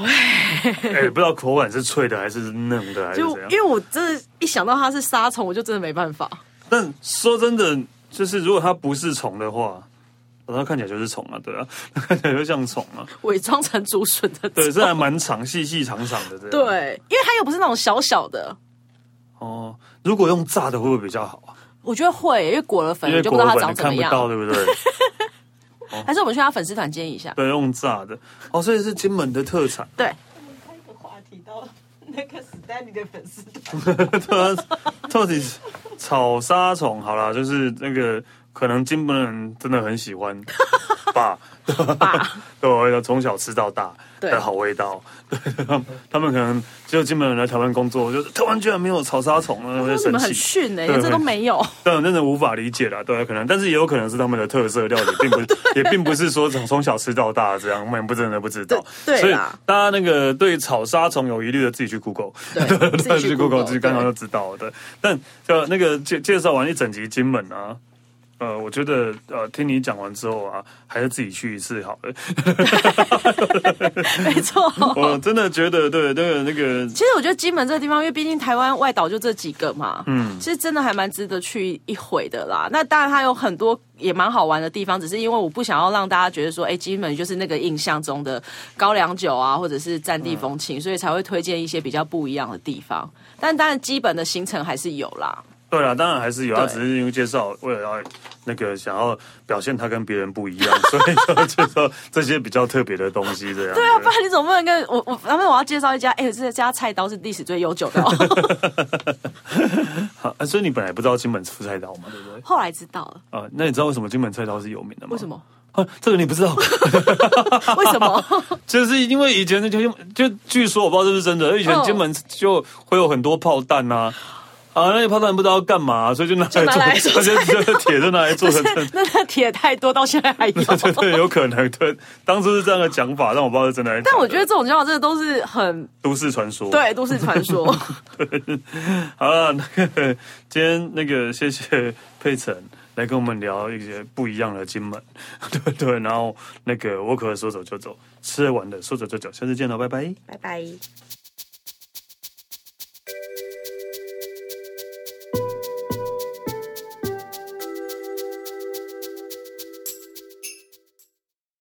Speaker 1: 哎、不知道口感是脆的还是嫩的还是
Speaker 2: 就
Speaker 1: 怎样
Speaker 2: 因。为我真的，一想到它是沙虫，我就真的没办法。
Speaker 1: 但说真的，就是如果它不是虫的话，它看起来就是虫啊，对啊， [LAUGHS] 它看起来就像虫啊。
Speaker 2: 伪装成竹笋的， [LAUGHS]
Speaker 1: 对，这还蛮长，细细长长的这样。
Speaker 2: 对，因为它又不是那种小小的，
Speaker 1: 哦，如果用炸的会不会比较好啊？
Speaker 2: 我觉得会，因为裹了粉
Speaker 1: 因
Speaker 2: 哎你
Speaker 1: 为
Speaker 2: 就
Speaker 1: 果
Speaker 2: 不知道
Speaker 1: 粉
Speaker 2: 它长
Speaker 1: 你
Speaker 2: 怎么
Speaker 1: 看不
Speaker 2: 样。
Speaker 1: 到，对不对？
Speaker 2: 还是我们去他粉丝团建议一下。
Speaker 1: 对，用炸的。哦，所以是金门的特产。 [LAUGHS]
Speaker 2: 对，
Speaker 3: 我们开个话题到那个史丹尼的粉丝
Speaker 1: [LAUGHS]
Speaker 3: 团，
Speaker 1: 对啊，到底是草沙虫好啦，就是那个可能金门人真的很喜欢吧， [LAUGHS]
Speaker 2: 吧，
Speaker 1: 对，从小吃到大
Speaker 2: 对
Speaker 1: 的好味道。 [LAUGHS] 对，他们他们可能只有金门人来台湾工作，就是台湾居然没有草沙虫，然后就
Speaker 2: 为什
Speaker 1: 生
Speaker 2: 么很
Speaker 1: 气。
Speaker 2: 逊呢、
Speaker 1: 对
Speaker 2: 这都没
Speaker 1: [LAUGHS]
Speaker 2: 有。
Speaker 1: 但我真的无法理解啦，对啊，可能，但是也有可能是他们的特色料理，
Speaker 2: [LAUGHS]
Speaker 1: 并不也并不是说从从小吃到大这样，我们也不真的不知道。
Speaker 2: 对
Speaker 1: 所
Speaker 2: 对
Speaker 1: 以
Speaker 2: 啦
Speaker 1: 大家那个对草沙虫有疑虑的，自己去 Google， [LAUGHS]
Speaker 2: 对自己去
Speaker 1: Google
Speaker 2: Google，
Speaker 1: 自己刚刚就
Speaker 2: 对
Speaker 1: 知道了。对，但就那个介介绍完一整集金门啊。呃，我觉得呃，听你讲完之后啊，还是自己去一次好了。 [LAUGHS]
Speaker 2: 没错。
Speaker 1: 我真的觉得，对，那个那个，
Speaker 2: 其实我觉得金门这个地方，因为毕竟台湾外岛就这几个嘛，嗯，其实真的还蛮值得去一回的啦。那当然它有很多也蛮好玩的地方，只是因为我不想要让大家觉得说，哎，金门就是那个印象中的高粱酒啊，或者是战地风
Speaker 1: 嗯
Speaker 2: 情，所以才会推荐一些比较不一样的地方。但当然基本的行程还是有啦。
Speaker 1: 对啦，当然还是有，他
Speaker 2: 对
Speaker 1: 只是因为介绍，为了要那个想要表现他跟别人不一样， [LAUGHS] 所以就介绍这些比较特别的东西这样。对
Speaker 2: 对啊，不然你总不能跟我我，然后我要介绍一家，哎，这家菜刀是历史最悠久的、哦，
Speaker 1: 好、啊所以你本来不知道金门出菜刀嘛，对不对？
Speaker 2: 后来知道了，
Speaker 1: 啊，那你知道为什么金门菜刀是有名的吗？
Speaker 2: 为什？么？
Speaker 1: 啊，这个你不
Speaker 2: [LAUGHS]
Speaker 1: 知道，
Speaker 2: 为什么？
Speaker 1: 就是因为以前就就就据说我不知道是不是真的，以前
Speaker 2: 嗯
Speaker 1: 金门就会有很多炮弹呐、啊，啊，那些炮弹不知道要干嘛，所以就拿
Speaker 2: 就拿
Speaker 1: 来
Speaker 2: 来
Speaker 1: 做，
Speaker 2: 做
Speaker 1: 那些那些铁 [LAUGHS] 就拿来做
Speaker 2: 不
Speaker 1: 成
Speaker 2: [LAUGHS] 是
Speaker 1: 这样。，
Speaker 2: 那那铁太多，到现在还有。
Speaker 1: [LAUGHS] 对对，有可能对，当初是这样的讲法，但我不知道是真的还是假的。
Speaker 2: 但我觉得这种情况真的都是很
Speaker 1: 都市传说。，
Speaker 2: 对都市传说。
Speaker 1: 好了，那个今天那个谢谢佩晨来跟我们聊一些不一样的金门， [LAUGHS] 对对，然后那个我可说走就走，吃得完的说走就走，下次见了，拜拜。
Speaker 3: 拜拜。